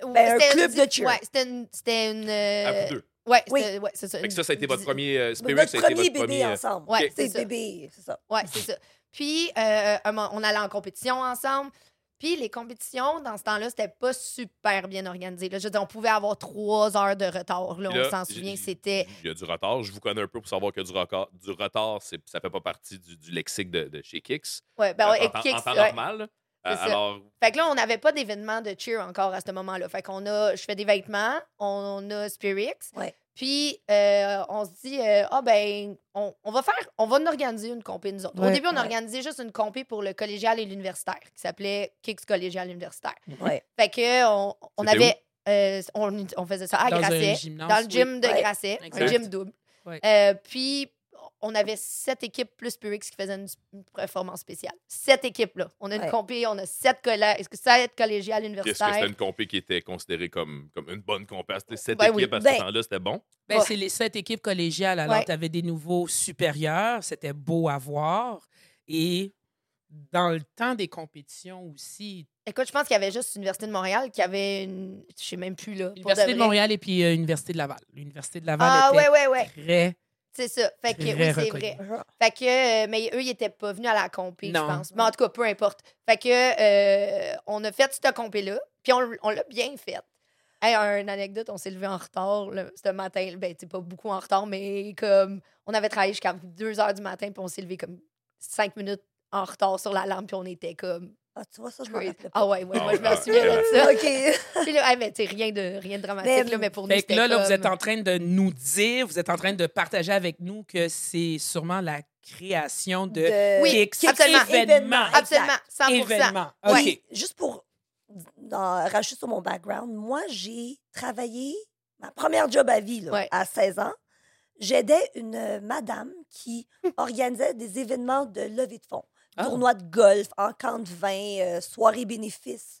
D: Ben, un
C: C'était-
D: club de cheer.
C: Ouais, c'était une. C'était une euh,
A: À vous deux.
C: Ouais,
D: Oui.
C: c'était- ouais, c'est ça.
A: Fait que ça, ça a été votre
C: une-
A: premier... euh,
D: Notre
A: Spirit, ça a été
D: premier
A: votre
D: bébé
A: premier... euh,
D: ensemble.
C: Ouais, c'est
D: C'est
C: ça.
D: bébé, c'est ça.
C: Ouais, c'est ça. Puis, euh, un moment, on allait en compétition ensemble. Puis, les compétitions, dans ce temps-là, c'était pas super bien organisé. Là. Je veux dire, on pouvait avoir trois heures de retard. Là,
A: puis là,
C: on s'en
A: j-
C: souvient,
A: j-
C: c'était.
A: Il y a du retard. Je vous connais un peu pour savoir que du, record, du retard, c'est- ça fait pas partie du, du lexique de, de chez Kix.
C: Ouais, ben,
A: Euh,
C: ouais,
A: en, temps-
C: kicks,
A: en temps
C: ouais.
A: normal. là.
C: C'est
A: Euh,
C: ça.
A: alors,
C: Fait que là, on n'avait pas d'événement de cheer encore à ce moment-là. Fait qu'on a, je fais des vêtements, on, a Spirix.
D: Ouais.
C: Puis euh, on se dit, euh, ah ben, on, on va faire, on va en organiser une compé nous autres. Au
B: Ouais.
C: début, on
D: Ouais.
C: organisait juste une compé pour le collégial et l'universitaire, qui s'appelait Kicks collégial universitaire.
D: Ouais.
C: Fait que on, on
A: C'était
C: avait, euh, on, on faisait ça à
B: Ah, Dans un
C: Grasset,
B: gymnase,
C: dans le
B: oui.
C: gym de
D: Ouais.
C: Grasset, un
B: Exact.
C: gym double.
B: Ouais.
C: Euh, puis on avait sept équipes plus Spirix qui faisaient une, une performance spéciale. Sept équipes là. On a une
D: Ouais.
C: compé, on a sept collèges, est-ce que sept collégiales
A: est-ce que c'était
C: universitaires.
A: une compé qui était considérée comme, comme une bonne compé? C'était cette
C: Ben oui.
A: équipe à ce
D: Ben-
A: temps-là, c'était bon.
B: Ben,
C: Ouais.
B: c'est les sept équipes collégiales. Alors,
C: Ouais.
B: tu avais des nouveaux supérieurs. C'était beau à voir. Et dans le temps des compétitions aussi,
C: Écoute, je pense qu'il y avait juste l'université de Montréal qui avait une, je sais même plus là. pour
B: Université de
C: vrai.
B: Montréal et puis euh, Université de Laval. L'Université de Laval
C: Ah
B: était
C: ouais ouais ouais,
B: très...
C: c'est ça. Fait que
B: Très
C: oui, c'est
B: reconnu.
C: vrai.
D: Ah.
C: Fait que, euh, mais eux, ils n'étaient pas venus à la compé, je
B: Non.
C: pense. Mais en tout cas, peu importe. Fait que, euh, on a fait cette compé-là, puis on, on l'a bien faite. Hey, une anecdote, on s'est levé en retard le- ce matin. Ben, t'sais, pas beaucoup en retard, mais comme on avait travaillé jusqu'à 2 heures du matin, puis on s'est levé comme 5 minutes en retard sur la lampe, puis on était comme
D: Ah, tu vois, ça, je m'en
C: Crazy.
D: rappelais pas.
C: Ah ouais, ouais, moi, je me
A: Ah,
C: souviens de ça.
D: [LAUGHS] OK.
C: Puis là, hey, mais tu sais, rien de, rien de dramatique,
D: Mais-
C: là, mais pour nous,
B: Fait que
C: c'était
B: là, là, vous
C: comme-
B: êtes en train de nous dire, vous êtes en train de partager avec nous que c'est sûrement la création
A: Euh,
B: de,
D: De-
C: Oui,
B: Kix
C: absolument.
B: événement.
D: Exact.
C: Absolument, 100
B: événement. Ah, OK.
D: Oui, juste pour dans- rajouter sur mon background, moi, j'ai travaillé ma première job à vie là,
C: Ouais.
D: à 16 ans. J'aidais une euh, madame qui organisait des événements de levée de fonds,
B: Ah.
D: tournois de golf, en camp de vin, euh, soirées bénéfices.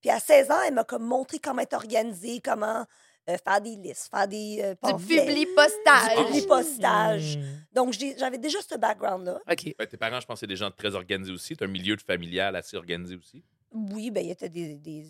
D: Puis à 16 ans, elle m'a comme montré comment être organisée, comment euh, faire des listes, faire des euh,
C: Du
D: pamphlets, du
B: Oh.
C: publi-postage.
D: publipostage.
B: Hmm.
D: Donc j'ai- j'avais déjà ce background-là.
B: OK.
A: Ouais, Ben, tes parents, je pense, c'est des gens très organisés aussi. C'est un milieu de familial assez organisé aussi.
D: Oui, ben il était des. des-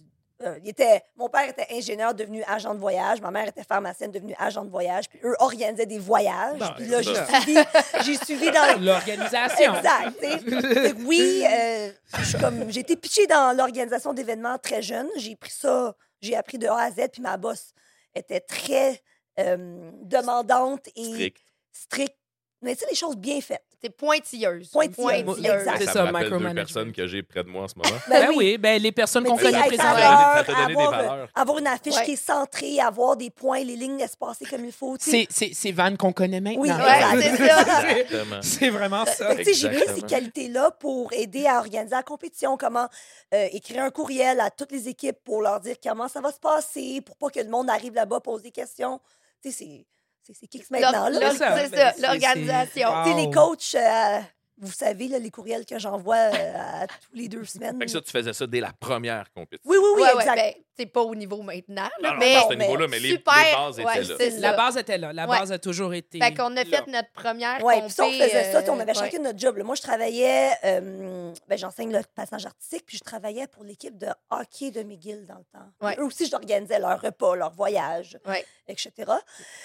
D: euh, il était, mon père était ingénieur devenu agent de voyage, ma mère était pharmacienne devenue agent de voyage, puis eux organisaient des voyages.
B: Bon,
D: puis là,
A: c'est
D: j'ai
A: ça.
D: suivi, j'ai suivi dans.
B: [LAUGHS] L'organisation. [LAUGHS]
D: Exact. Ben tu sais. Fait que oui, euh, je suis comme- j'ai été pitchée dans l'organisation d'événements très jeune. J'ai pris ça, j'ai appris de A à Z, puis ma boss était très euh, demandante et
A: Strict.
D: stricte. Mais tu sais, les choses bien faites.
C: T'es pointilleuse.
D: Pointilleuse, exact.
A: Ça,
B: C'est
A: ça,
B: ça,
A: me rappelle deux
B: micromanagement.
A: personnes que j'ai près de moi en ce moment.
B: Ben oui, ben les personnes
D: Mais
B: qu'on
D: tu sais,
B: connaît
D: être à
A: présentement.
B: présentement.
D: l'heure,
A: Ça t'a donné des
D: avoir,
A: valeurs.
D: avoir une affiche
C: Ouais.
D: qui est centrée, avoir des points, les lignes espacées comme il faut. tu sais.
B: C'est- C'est c'est Van qu'on connaît maintenant.
D: Oui,
C: Ouais,
D: exact.
C: c'est ça. [LAUGHS]
A: Exactement.
B: C'est vraiment ça.
D: Fait que, tu sais, j'ai pris ces
A: Exactement.
D: qualités-là pour aider à organiser la compétition, comment euh, écrire un courriel à toutes les équipes pour leur dire comment ça va se passer, pour pas que le monde arrive là-bas, pose des questions. Tu sais, c'est- c'est- c'est Kicks maintenant. là.
C: l'or- c'est
D: Tu
C: ça,
B: ben,
C: l'organisation.
B: wow.
D: sais, les coachs, euh, vous savez, là, les courriels que j'envoie euh, à tous les deux semaines.
A: Fait que ça, tu faisais ça dès la première compétition.
D: Oui, oui, oui,
C: Ouais, ouais,
D: exact.
C: ben, t'es pas au niveau maintenant, là,
A: Non, non,
C: mais
A: pas à ce
D: mais
A: niveau-là, mais les, les
C: super,
A: bases
C: ouais,
A: étaient là.
C: c'est
B: La
C: ça.
B: base était là. La
C: Ouais.
B: base a toujours été.
C: Fait qu'on
B: là.
C: a fait notre première
D: Oui, puis ça, on
C: compé,
D: faisait ça, puis on
C: euh,
D: avait
C: ouais.
D: chacun notre job. là. Moi, je travaillais, euh, ben, j'enseigne le passage artistique, puis je travaillais pour l'équipe de hockey de McGill dans le temps. Puis
C: Ouais.
D: Eux aussi, je organisais leur repas, leur voyage,
C: Ouais.
D: etc.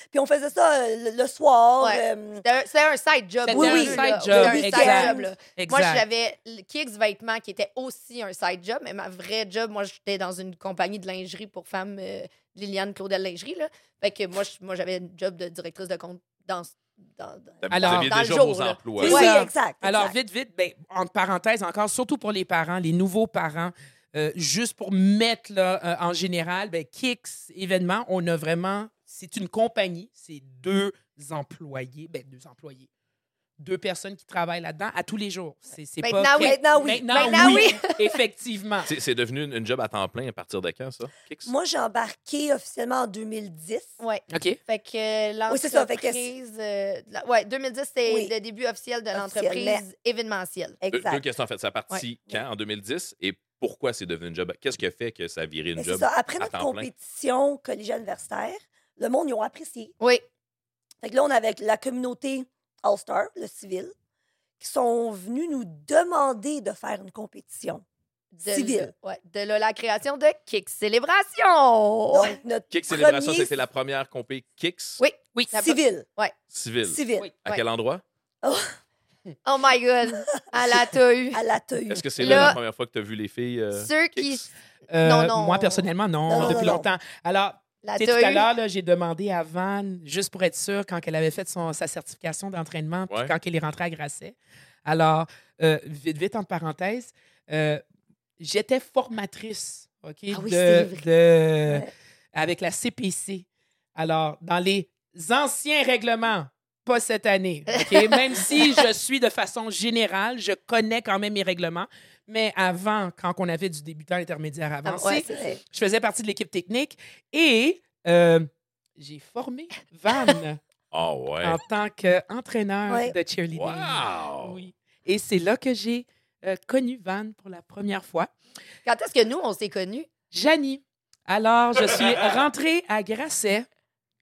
D: Puis on faisait ça euh, le, le soir.
C: Ouais.
D: euh,
C: C'était un- C'était un side job.
B: C'était
D: Oui,
C: un
D: oui.
C: peu,
D: side
C: là.
D: job,
C: C'était un
D: exact.
C: side job. là.
B: Exact.
C: Moi, j'avais le Kix Vêtements qui était aussi un side job, mais ma vraie job, moi, j'étais dans une compagnie de lingerie pour femmes, euh, Liliane Claudel Lingerie. Là. Fait que moi, je- moi j'avais une job de directrice de compte dans. dans- dans-
B: Alors,
A: vous aviez
C: dans le
A: déjà
C: jour,
A: vos
C: là.
A: emplois.
D: Oui,
B: Ouais.
D: oui,
B: Ça.
D: exact. exact.
B: Alors, vite, vite, ben, entre parenthèses encore, surtout pour les parents, les nouveaux parents, euh, juste pour mettre là, euh, en général, ben, Kix, événement, on a vraiment. C'est une compagnie, c'est deux employés, ben, deux employés, deux personnes qui travaillent là-dedans à tous les jours. C'est, c'est pas
C: Maintenant, oui.
D: Maintenant, oui.
B: Maintenant, oui. [LAUGHS] Effectivement.
A: C'est c'est devenu une, une job à temps plein à partir de quand, ça? Kix?
D: Moi, j'ai embarqué officiellement en 2010.
C: Ouais.
B: OK.
C: Fait que euh, l'entreprise.
D: Oui, c'est ça, fait que-
C: euh, la- ouais, 2010, c'est
D: Oui.
C: le début officiel de
D: Officiel,
C: l'entreprise événementielle.
A: Deux, deux
D: Exact.
A: questions en fait. Ça a parti quand? En 2010? Et pourquoi c'est devenu une job? Qu'est-ce qui a fait que ça a viré une
D: Mais c'est
A: job?
D: ça. Après
A: à
D: notre
A: temps plein.
D: compétition collégiale universitaire, le monde, ils ont apprécié.
C: Oui.
D: Fait que là, on avait avec la communauté All-Star, le civil, qui sont venus nous demander de faire une compétition.
C: De,
D: Civil.
C: ouais, de là, la création de Kix Célébration.
D: Donc, notre
A: Kix Célébration,
D: premier
A: c'était la première compé Kix
C: Oui.
B: Oui.
C: La-
D: civil.
A: civile.
D: Civil.
B: Oui.
A: À
C: Ouais.
A: quel endroit?
C: Oh my God. À
D: [LAUGHS]
C: la TAU.
D: À la TEU.
A: Est-ce que c'est
C: Là-
A: là, la première fois que tu as vu les filles? euh,
C: Ceux qui.
A: Kix?
B: Euh,
C: Non, non.
B: Moi, personnellement, non,
D: Non, non,
B: depuis
D: non, non.
B: longtemps. Alors,
C: La
B: Tu sais, tout à
C: TAU.
B: l'heure, là, j'ai demandé à Van, juste pour être sûre, quand elle avait fait son, sa certification d'entraînement, puis
A: Ouais.
B: quand elle est rentrée à Grasset. Alors, euh, vite, vite, entre parenthèses, euh, j'étais formatrice, OK,
C: Ah oui, c'est
B: de,
C: vrai.
B: de-
D: Ouais.
B: avec la CPC. Alors, dans les anciens règlements, pas cette année,
C: [LAUGHS]
B: OK? Même si je suis de façon générale, je connais quand même mes règlements, mais avant, quand on avait du débutant intermédiaire
C: Ah,
B: avancé,
C: ouais, c'est ça.
B: je faisais partie de l'équipe technique et euh, j'ai formé [LAUGHS] Van
A: Ah ouais.
B: en tant qu'entraîneur
D: Ouais.
B: de cheerleading.
A: Wow!
B: Oui. Et c'est là que j'ai euh, connu Van pour la première fois.
C: Quand est-ce que nous, on s'est connus?
B: Janie. Alors, je [LAUGHS] suis rentrée à Grasset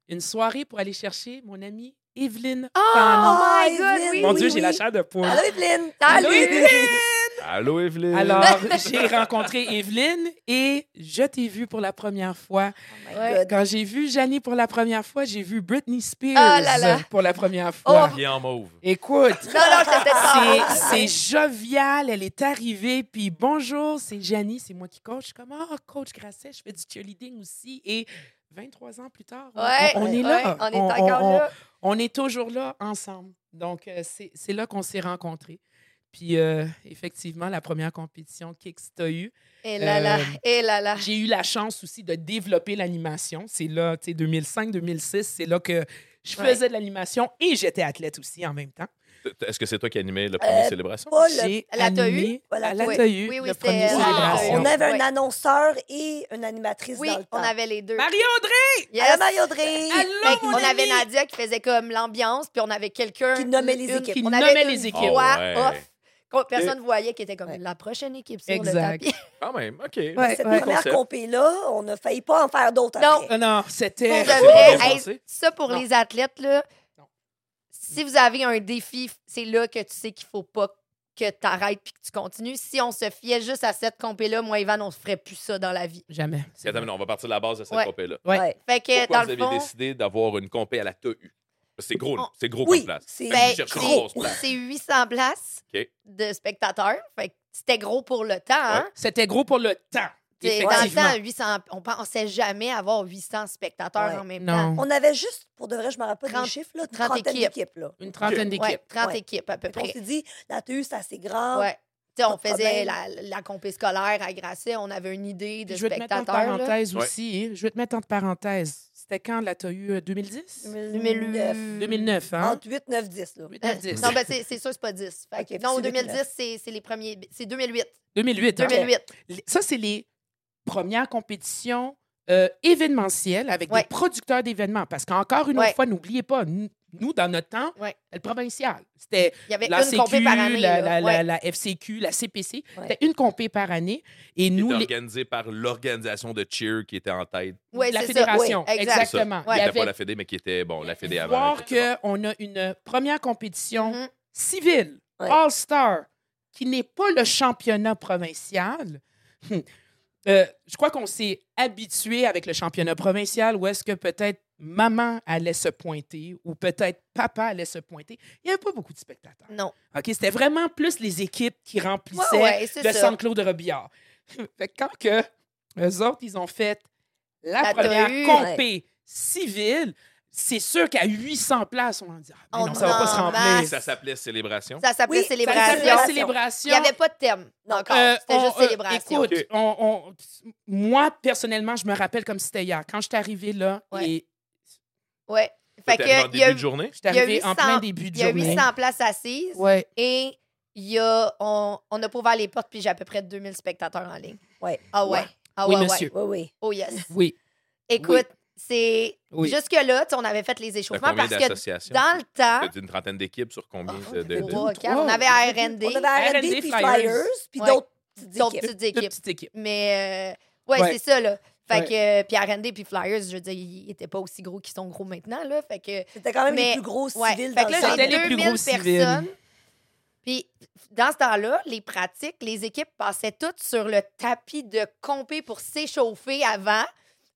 B: une soirée pour aller chercher mon amie Evelyne Fan.
D: Ah,
C: Oh my God,
D: Evelyne,
C: oui,
B: Mon
D: oui,
B: Dieu,
D: oui.
B: j'ai la chair de poule.
D: Allô, Evelyne!
C: Allô,
A: Allô,
B: [LAUGHS]
A: Evelyne?
B: Alors, j'ai rencontré Evelyne et je t'ai vue pour la première fois.
D: Oh my
C: Ouais.
D: God.
B: Euh, Quand j'ai vu Janie pour la première fois, j'ai vu Britney Spears
C: Ah là là. Oh.
B: pour la première
A: Ah,
B: fois.
A: Qui est en mauve.
B: Écoute,
C: Non, non, j'étais
B: c'est,
C: peut-être
B: c'est jovial, elle est arrivée, puis bonjour, c'est Janie, c'est moi qui coach. Je suis comme, ah, coach Grasset, je fais du cheerleading aussi. Et 23 ans plus tard, on,
C: Ouais,
B: on- on est
C: ouais,
B: là.
C: on est
B: On-
C: encore
B: on-
C: là.
B: on est toujours là ensemble. Donc, euh, c'est, c'est là qu'on s'est rencontrés. Puis, euh, effectivement, la première compétition Kicks t'a eu.
C: Et là là,
B: Euh,
C: et là là.
B: J'ai eu la chance aussi de développer l'animation. C'est là, tu sais, 2005-2006, c'est là que je
C: Ouais.
B: faisais de l'animation et j'étais athlète aussi en même temps.
A: T- Est-ce que c'est toi qui animais la première
D: Euh,
A: célébration?
C: Oh,
D: Pas le-
B: J'ai
C: La Tahu?
B: animé
D: Voilà,
B: la
C: oui.
B: Tahu,
C: Oui,
B: le
C: oui, c'était- euh,
B: premier
C: Wow!
B: célébration.
D: On avait
C: Ouais.
D: un annonceur et une animatrice
C: Oui,
D: dans le temps. Ah,
C: on avait les deux.
B: Marie-Audrey!
C: Yes.
D: Allô, Marie-Audrey!
B: Allô,
C: Fait
B: mon
C: qu'on avait
B: ami!
C: Nadia qui faisait comme l'ambiance, puis on avait quelqu'un
D: Qui nommait les
C: une-
D: équipes.
B: Qui
C: on
B: nommait
C: avait une
B: les équipes.
C: voix
A: Ah ouais.
C: off qu'on- personne ne voyait qui était comme
D: Ouais.
C: la prochaine équipe sur
B: Exact. [LAUGHS]
C: le tapis.
A: Quand même, OK.
D: Cette
B: ouais.
D: première
A: Concept.
D: compé-là, on ne faillit pas en faire d'autres
C: Non.
D: après.
B: Ah non, c'était...
C: Pour
A: Ça s'est
C: de vrai,
A: pas bien
C: hey,
A: passé?
C: ça pour
B: Non.
C: les athlètes là.
B: Non.
C: Si vous avez un défi, c'est là que tu sais qu'il faut pas que tu arrêtes puis que tu continues. Si on se fiait juste à cette compé là, moi Evan, on se ferait plus ça dans la vie.
B: Jamais.
A: Attends, mais non, on va partir de la base de cette
C: Ouais.
A: compé-là.
B: Ouais.
D: Ouais.
C: Fait que
A: Pourquoi vous
C: dans le
A: avez
C: fond,
A: décidé d'avoir une compé à la E TEU? C'est gros, là. c'est gros
D: Oui,
A: comme place.
D: c'est-
A: Fait que
C: Ben,
A: vous cherchez une
C: gros.
A: grosse place.
C: c'est 800 places
A: OK.
C: de spectateurs. Fait que c'était gros pour le temps. hein.
B: C'était gros pour le temps.
C: T'sais, Dans le
B: effectivement.
C: temps, 800, on pensait jamais avoir 800 spectateurs
D: Ouais.
C: en même temps.
B: Non,
D: On avait juste, pour de vrai, je me rappelle pas
C: 30
D: des chiffres, là,
C: 30
D: 30
C: équipes.
D: équipes. là.
B: une trentaine d'équipes.
C: Ouais, 30
D: Ouais.
C: équipes à peu
D: Fait qu'on
C: près.
D: s'est dit, la TU, c'est assez grand.
C: Ouais. T'sais, on
D: Pas de
C: faisait
D: problème.
C: la, la compé scolaire à Grasset, on avait une idée de
B: Puis je vais te mettre
C: spectateurs.
B: en
C: là.
B: parenthèse
A: Ouais.
B: aussi. hein. Je vais te mettre en parenthèse. C'était quand la Tahu? eu euh, 2010?
D: 2009.
B: 2009, hein?
D: Entre 8, 9, 10, là.
B: 2010.
C: Ah, Non, ben, c'est c'est sûr, c'est pas 10. Fait que-
D: Ok,
C: non,
D: c'est
C: 2010,
D: 2009.
C: c'est c'est les premiers. C'est 2008.
B: 2008. hein?
C: 2008.
B: Les- Ça, c'est les premières compétitions euh, événementielles avec
C: Ouais.
B: des producteurs d'événements. Parce qu'encore une
C: Ouais.
B: autre fois, n'oubliez pas, nous, nous, dans notre temps,
C: Ouais.
B: le provincial. C'était
C: Il y avait
B: la
C: une compé
B: CQ,
C: par année.
B: la,
C: là.
B: la-
C: Ouais.
B: la- la FCQ, la CPC.
D: Ouais.
B: C'était une compé par année. Et
A: Qui
B: nous,
A: était
B: les-
A: organisé par l'organisation de cheer qui était en tête.
C: Ouais,
B: la
C: c'est ça.
B: fédération.
C: Ouais, exact.
B: Exactement.
A: Qui
B: Il y
A: n'était
B: avait
A: pas la Fédé, mais qui était, bon, la Fédé avant.
B: voir
A: etc.
B: qu'on a une première compétition
C: Mhm.
B: civile,
D: Ouais.
B: All-Star, qui n'est pas le championnat provincial. Hum. Euh, je crois qu'on s'est habitué avec le championnat provincial où est-ce que peut-être maman allait se pointer ou peut-être papa allait se pointer. Il n'y avait pas beaucoup de spectateurs.
C: Non.
B: OK? C'était vraiment plus les équipes qui
C: Mm. Ouais,
B: remplissaient
C: ouais, c'est
B: le
C: ça.
B: Centre-Claude de Robillard. [LAUGHS] fait que quand que eux autres, ils ont fait la,
C: La
B: première
C: TAU,
B: compé civile, c'est sûr qu'à 800 places, on va dire ah, mais
C: On
B: non, ça va pas se
C: en
A: Et
B: remplir.
C: Oh masse.
A: ça s'appelait Célébration.
C: Ça s'appelait
D: Oui, ça
B: Ça s'appelait
C: Célébration.
D: s'appelait
C: Il
B: célébration.
C: n'y avait pas de thème encore.
B: Euh,
C: C'était
B: on-
C: juste
B: euh,
C: Célébration.
B: écoute, on- on- moi, personnellement, je me rappelle comme si c'était hier. Quand je suis arrivée là,
C: Ouais.
B: et
C: Ouais. Fait
A: C'était en
C: que, il y
A: début
C: a,
A: de journée.
B: je suis arrivée
C: 800
B: en plein début de
C: il y a
B: journée.
C: 800 places assises
B: Ouais.
C: et il y a, on, on a pas ouvert les portes, puis j'ai à peu près 2000 spectateurs en ligne.
D: Ouais.
C: Ah ouais.
D: Ouais.
C: Ah
B: Oui,
C: ouais,
B: monsieur.
C: ouais.
D: Oui, oui.
C: Oh yes.
B: Oui.
C: Écoute, c'est.
B: Oui.
C: Jusque-là, tu sais, on avait fait les
A: T'as
C: échauffements
A: combien
C: parce que
A: d'associations?
C: dans le temps.
A: T'as une trentaine d'équipes sur combien
C: Oh,
A: de, de- de-
C: trois, quatre.
B: Trois.
C: On avait RND,
D: On avait R&D,
B: R&D,
D: puis
B: Flyers.
D: Flyers, puis
C: Ouais.
D: d'autres petites
C: d'autres
D: équipes.
C: petites
B: Deux
C: équipes.
B: petites équipes.
C: Mais euh, ouais,
B: Ouais.
C: c'est ça, là. Fait
B: Ouais.
C: que, euh, puis RND puis Flyers, je veux dire, ils n'étaient pas aussi gros qu'ils sont gros maintenant, là. Fait que,
D: C'était quand même
C: Mais-
D: les plus gros
C: ouais.
D: civils
C: Fait
D: dans
C: que
D: le
C: là,
D: centre.
B: C'était
C: j'ai
B: les plus gros
C: 2000
B: civils.
C: personnes. Puis, dans ce temps-là, les pratiques, les équipes passaient toutes sur le tapis de compé pour s'échauffer avant.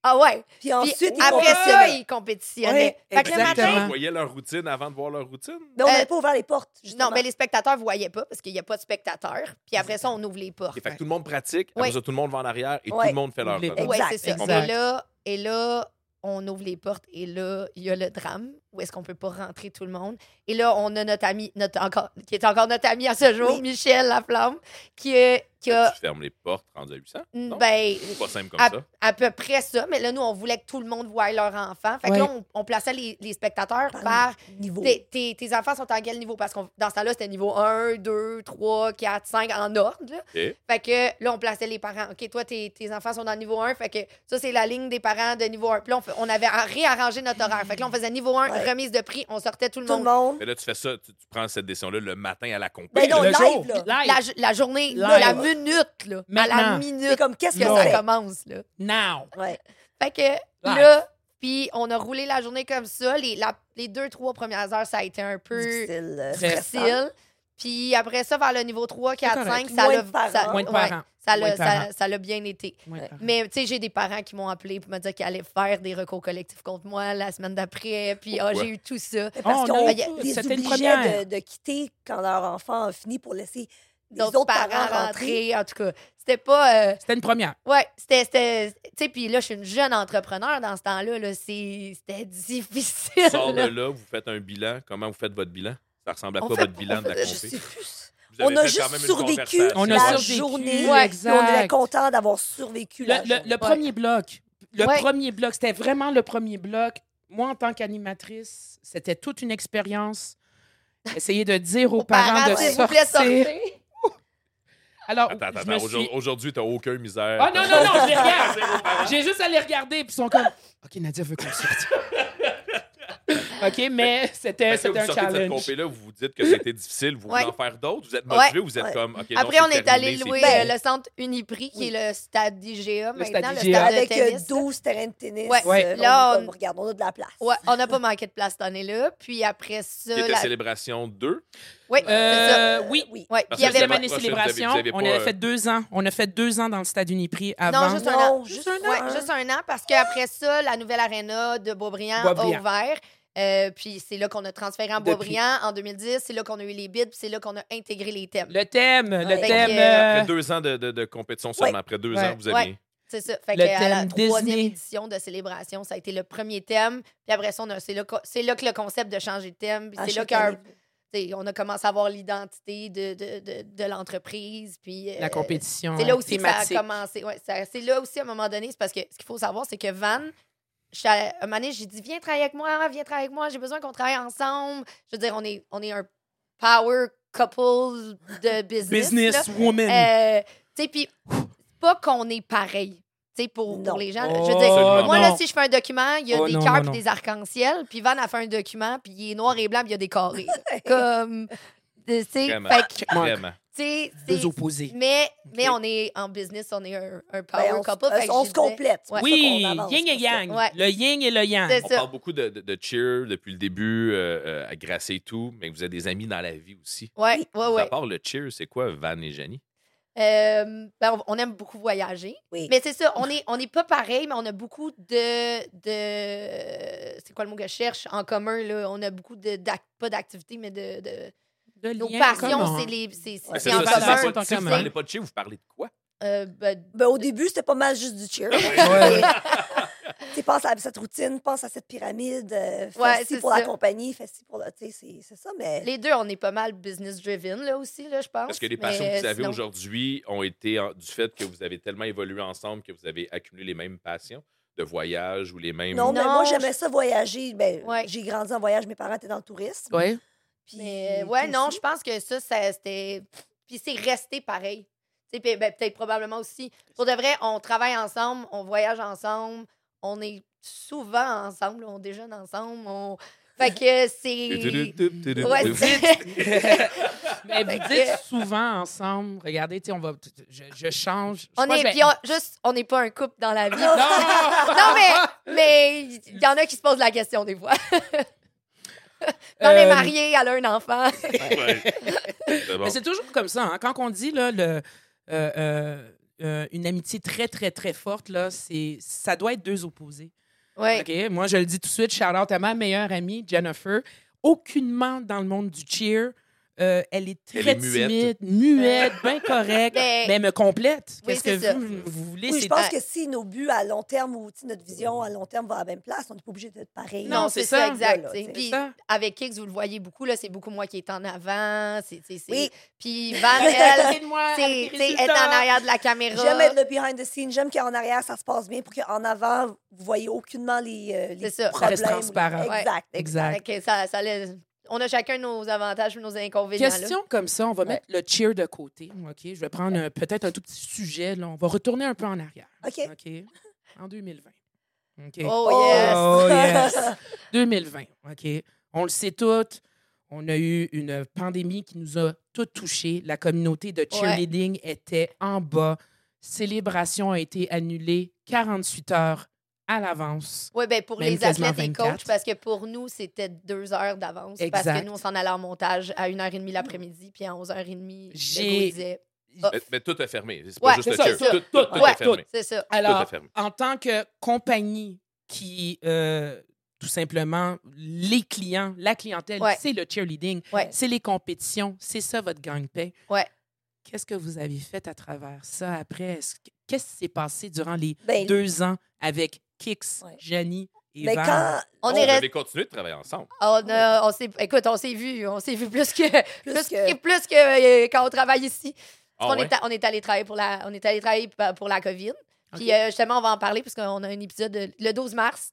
C: Ah ouais.
D: Puis
C: Puis
D: ensuite, ils
C: après ça,
D: compétitionnaient.
C: ils compétitionnaient.
B: Ouais,
A: Ben,
C: fait que le
A: les gens
C: matin,
B: Exactement.
A: voyaient leur routine avant de voir leur routine.
D: Mais on
C: Euh,
D: n'avait pas ouvert les portes, justement.
C: non, mais les spectateurs ne voyaient pas parce qu'il n'y a pas de spectateurs. Puis après ça, on ouvre les portes.
A: Et fait que tout le monde pratique, après
C: Ouais.
A: ça, tout le monde va en arrière et
D: Ouais.
A: tout le monde fait leur
B: Oublie-
A: routine.
C: Oui,
D: Exact,
C: c'est ça.
B: exact.
C: Et là, et là, on ouvre les portes et là, il y a le drame où est-ce qu'on peut pas rentrer tout le monde. Et là, on a notre ami, notre encore, qui est encore notre ami à ce jour,
D: Oui.
C: Michel Laflamme, qui, euh, qui a,
A: Tu fermes les portes, rendu à 800. non?
C: ben,
A: C'est pas simple comme
C: à,
A: ça.
C: à peu près ça. Mais là, nous, on voulait que tout le monde voie leur enfant. Fait que
B: Ouais.
C: là, on, on plaçait les, les spectateurs
D: Par
C: par.
D: Niveau.
C: Tes, tes- tes enfants sont à quel niveau? Parce que dans ce temps-là, c'était niveau 1, 2, 3, 4, 5 en ordre. là.
A: OK.
C: Fait que là, on plaçait les parents. OK, toi, tes, tes enfants sont dans le niveau 1. Fait que ça, c'est la ligne des parents de niveau 1. Puis là, on, fait- on avait à- réarrangé notre horaire. Fait que là, on faisait niveau 1,
D: Ouais.
C: remise de prix, on sortait tout le
D: Tout le
C: monde.
D: monde.
A: Mais là, tu fais ça, tu, tu prends cette décision-là le matin à la
C: [LAUGHS]
A: compagnie.
D: Ben non,
B: Le
D: live,
B: jour.
D: là.
B: Live.
C: La, jo- la journée,
B: Live.
C: là, la minute, là, à la
B: Maintenant.
D: C'est
C: minute
D: comme, qu'est-ce
C: que
D: que
B: Non.
C: ça
D: c'est?
C: commence. Là.
B: Now.
D: Ouais.
C: Fait que là, puis on a roulé la journée comme ça. Les, la- les deux, trois premières heures, ça a été un peu
D: Difficile. euh,
B: Très
D: stressant.
C: difficile. Puis après ça, vers le niveau 3, 4,
B: correct.
C: 5, ça
D: Moins
C: l'a-
D: de parents.
C: ça-
B: Moins de
C: ouais,
B: parents. Moins
C: ça l'a
B: de parents.
C: ça- ça l'a bien été.
B: Moins de parents.
C: Mais tu sais, j'ai des parents qui m'ont appelé pour me dire qu'ils allaient faire des recours collectifs contre moi la semaine d'après. Puis ah,
A: Pourquoi?
C: j'ai eu tout ça.
D: Mais Parce
B: Oh,
D: qu'on
B: non,
D: les
B: c'était une
D: obligeait
B: première.
D: de, de quitter quand leur enfant a fini pour laisser les
C: D'autres parents,
D: rentrer.
C: rentrés. En tout cas, c'était pas. euh,
B: C'était une première.
C: ouais, c'était. c'était- Tu sais, puis là, je suis une jeune entrepreneur dans ce temps-là. là, c'est- c'était difficile.
A: Sors de
C: là.
A: là, vous faites un bilan. Comment vous faites votre bilan? Ça ressemble à
C: On
A: quoi
C: fait-
A: votre bilan
C: on
A: de la
C: fait-
D: Je
A: compé?
D: sais plus.
A: Vous avez
D: On a
A: fait quand
D: juste
A: même une
D: survécu
A: conversation.
B: On a
D: la
B: survécu,
D: journée.
B: ouais,
D: puis On est
B: exact.
D: content d'avoir survécu la
B: Le, le-
D: journée.
B: le premier bloc. Le
C: Ouais.
B: premier bloc, c'était vraiment le premier bloc. Moi, en tant qu'animatrice, c'était toute une expérience. Essayer de dire aux, parents, de
C: s'il vous
B: sortir.
C: plaît, sortez.
B: Alors,
A: Attends, attends,
B: Ah, je me
A: attends.
B: suis-
A: Aujourd'hui- Aujourd'hui, t'as aucune misère.
B: Ah non, non, non, je
A: [LAUGHS]
B: les regarde.
A: hein?
B: J'ai juste à les regarder, puis ils sont comme OK, Nadia veut qu'on
A: [LAUGHS]
B: sorte. OK, mais c'était
A: Fait que
B: c'était
A: là,
B: un
A: vous sortez de cette
B: challenge.
A: compé-là, vous vous dites que
B: [LAUGHS]
A: c'était difficile, vous voulez
C: Ouais.
A: en faire d'autres, vous êtes
C: Ouais.
A: motivé ou vous êtes
D: Ouais.
A: comme. ok, non,
C: Après,
A: c'est
C: on est
A: terminé,
C: allé
A: c'est
C: louer
A: fini.
C: euh, le centre Uniprix, qui est le stade d'IGA maintenant,
B: stade
C: le
B: IGA.
C: stade de
D: Avec euh,
C: tennis.
D: 12 terrains de tennis.
C: Ouais.
B: Ouais.
D: euh, on
C: Là,
D: est
C: on-
D: comme, regarde, on a de la place.
C: Ouais, on n'a pas manqué de place cette année-là. Puis après ça.
A: Qui était
C: la-
A: célébration 2.
C: Oui, c'est ça.
B: Euh, oui,
D: Oui.
C: Ouais,
A: Parce
C: il y
A: que
C: avait
B: deuxième
A: la
B: année
A: prochaine,
B: célébration.
A: vous avez- vous avez
B: on
A: pas,
B: avait
A: euh,
B: fait deux ans. On a fait deux ans dans le stade Uniprix avant.
C: Non, juste un
D: Non,
C: an.
D: juste
C: Ouais,
D: un an.
C: juste un an, parce qu'après ça, la nouvelle aréna de Boisbriand a
B: Boisbriand.
C: ouvert. Euh, puis c'est là qu'on a transféré en
B: Depuis.
C: Boisbriand en 2010. C'est là qu'on a eu les bids, puis c'est là qu'on a intégré les thèmes.
B: Le thème, le
C: Ah,
D: Ouais.
B: thème.
C: Fait que,
B: euh,
A: Après deux ans de, de- de compétition seulement,
D: Ouais.
A: après deux
B: Ouais.
A: ans, vous aviez.
C: C'est ça. Fait que
B: Le
C: à la
B: thème
C: troisième
B: Disney.
C: édition de célébration, ça a été le premier thème. Puis après ça, on a- c'est là, qu'on- c'est là que le concept de changer de thème, puis
D: À
C: c'est là
D: chaque
C: qu'on [LAUGHS]
D: année.
C: on a commencé à avoir l'identité de, de, de, de l'entreprise. Puis euh,
B: la compétition
C: C'est là aussi que
B: thématique.
C: ça a commencé. Ouais, ça- c'est là aussi, à un moment donné, c'est parce que ce qu'il faut savoir, c'est que Van, je, à un moment donné, j'ai dit Viens travailler avec moi, viens travailler avec moi, j'ai besoin qu'on travaille ensemble. Je veux dire, on est, on est un power
B: [LAUGHS]
C: couple de business. là.
B: Business woman.
C: Euh, tu sais, puis c'est pas qu'on est pareil. Tu sais, pour, pour
D: Non.
C: les gens.
B: Oh,
C: je veux dire, moi, là,
B: non.
C: si je fais un document, il y a
B: Oh,
C: des
B: non,
C: cœurs
B: non,
C: puis des arcs-en-ciel, puis Van a fait un document, puis il est noir et blanc, puis il y a des carrés. Comme. Tu sais,
A: Vraiment.
C: fait que, tu
B: Checkmark.
A: Vraiment.
C: sais,
B: Deux
C: c'est-
B: opposés.
C: mais, mais
B: Ok.
C: on est en business, on est un, un
D: Ben,
C: power
D: on, se-
C: couple. fait que
D: on
C: je
D: se
C: disais-
D: complète. c'est
C: Ouais.
D: pour ça
B: Oui,
D: qu'on avance,
B: yin et
D: parce que-
B: yang.
C: Ouais.
B: Le yin et le yang.
C: C'est
A: On
C: ça.
A: parle beaucoup de, de- de cheer depuis le début, euh, euh, à Grasset et tout, mais vous avez des amis dans la vie aussi.
C: Ouais, ouais,
A: À
C: Ah ouais.
A: part le cheer, c'est quoi, Van et Jenny?
C: Euh, ben, on- on aime beaucoup voyager.
D: Oui.
C: Mais c'est ça, on n'est on est pas pareil, mais on a beaucoup de. de c'est quoi le mot que je cherche en commun? Là? On a beaucoup de. d'ac- pas d'activités, mais de. de-
B: De
C: nos
B: lien
C: passions,
B: commun.
C: c'est les. C'est c'est
D: Ouais,
C: c'est
B: ça,
C: en
B: c'est ça,
C: commun.
B: c'est en
A: Si vous
B: commun.
A: parlez pas de cheer, vous parlez de quoi?
C: Euh, ben,
D: Ben, au début, c'était pas mal juste du cheer.
B: Ouais.
D: [LAUGHS] tu sais, pense à cette routine, pense à cette pyramide. Euh, fais
C: Ouais,
D: ci
C: c'est
D: pour
C: ça.
D: la compagnie, fais ci pour la. Tu sais, c'est- c'est ça, mais.
C: les deux, on est pas mal business-driven, là aussi, là, je pense.
A: Est-ce que les
C: Mais,
A: passions que vous avez
C: sinon-
A: aujourd'hui ont été en- du fait que vous avez tellement évolué ensemble que vous avez accumulé les mêmes passions de voyage ou les mêmes.
D: Non, mais
C: Non,
D: moi,
C: je-
D: j'aimais ça voyager. Ben,
C: Ouais.
D: J'ai grandi en voyage. Mes parents étaient dans le tourisme.
B: Ouais.
D: Puis,
C: Mais euh,
D: toi
C: ouais, non,
D: aussi?
C: je pense que ça, ça c'était. Puis c'est resté pareil. Tu sais, puis, ben, peut-être probablement aussi. Pour de vrai, on travaille ensemble, on voyage ensemble, on est souvent ensemble, on déjeune ensemble, on. Fait que
B: [LAUGHS]
C: c'est. Ouais,
A: [LAUGHS] Ouais,
C: c'est-
B: Mais vous dites souvent ensemble, regardez, tu sais, on va, je, je change. Je
C: [LAUGHS] on
B: crois que
C: est.
B: je vais-
C: Puis on- juste, on n'est pas un couple
B: [LAUGHS]
C: dans la vie.
B: Non!
C: non, mais mais il y en a qui se posent la question des fois. On est
B: Euh,
C: marié, elle a
B: [LAUGHS]
C: un enfant.
A: C'est bon.
B: Mais c'est toujours comme ça. hein. Quand on dit là, le, euh, euh, euh, une amitié très, très, très forte, là, c'est, ça doit être deux opposés.
C: Ouais.
B: OK? Moi, je le dis tout de suite, Charlotte à ma meilleure amie, Jennifer, aucunement dans le monde du cheer. Euh, elle est très
A: Elle est muette.
B: timide, muette,
C: [LAUGHS]
B: bien correcte,
C: Ben-
B: mais elle me complète.
C: Oui,
B: Qu'est-ce
C: c'est
B: que
C: ça.
B: vous, vous voulez?
D: Oui,
B: c'est-
D: je pense que si nos buts à long terme ou tu sais, notre vision à long terme va à la même place, on n'est pas obligé d'être pareil.
C: Non, c'est ça, exact.
D: Voilà,
C: t'sais.
D: t'sais.
C: Puis
B: C'est ça.
C: avec Kix, vous le voyez beaucoup, là, c'est beaucoup moi qui est en avant. c'est- c'est- c'est-
D: Oui.
C: Puis Van,
B: [LAUGHS]
C: elle,
B: de moi,
C: c'est
B: avec les
C: t'sais, être en
B: résultats.
C: arrière de la caméra.
D: J'aime être le behind the scenes. J'aime qu'en arrière, ça se passe bien pour qu'en avant, vous voyez aucunement les, euh, les
C: C'est ça.
D: problèmes.
B: Reste transparent.
D: Exact.
B: Exact.
C: Fait que ça, ça laisse- on a chacun nos avantages et nos inconvénients. là.
B: Question comme ça, on va mettre le cheer de côté. OK? Je vais prendre un- peut-être un tout petit sujet. Là. On va retourner un peu en arrière.
D: OK.
B: OK? En 2020. OK?
C: Oh, yes.
D: [LAUGHS]
B: Oh, yes. 2020. OK? On le sait toutes. On a eu une pandémie qui nous a tout touchés. La communauté de cheerleading était en bas. Célébration a été annulée 48 heures à l'avance.
C: Oui, ben pour
B: Même
C: les
B: quasiment
C: athlètes et
B: 24.
C: coachs, parce que pour nous, c'était deux heures d'avance. Parce
B: Exact.
C: que nous, on s'en allait en montage à 1h30 l'après-midi, puis à 11h30,
B: J'ai-
C: le go disait,
A: mais, mais tout est fermé. C'est pas
C: Ouais,
A: juste
B: c'est
A: le
B: ça,
A: cheer.
B: c'est ça.
A: Tout, tout,
B: Tout,
A: tout
C: ouais,
A: est fermé.
C: C'est ça.
A: Tout
B: Alors,
A: est fermé.
B: en tant que compagnie qui, euh, tout simplement, les clients, la clientèle,
C: Ouais.
B: c'est le cheerleading,
C: Ouais.
B: c'est les compétitions, c'est ça votre gang-pain.
C: Ouais.
B: Qu'est-ce que vous avez fait à travers ça après? Est-ce que- Qu'est-ce qui s'est passé durant les
D: Ben,
B: deux ans avec Kix,
D: Ouais.
B: Jenny et
D: Mais
B: Val.
D: quand.
C: On
A: On
C: est
A: avait continué de travailler ensemble.
C: On, a- on s'est, écoute, on s'est vu, on s'est vu plus que plus,
D: que-
C: que, plus que, euh, quand on travaille ici.
A: Ah
C: on,
A: ouais?
C: est, a- on est allé travailler pour la, on est allé travailler pa- pour la COVID. Puis
B: Ok.
C: euh, justement, on va en parler parce qu'on a un épisode de- le 12 mars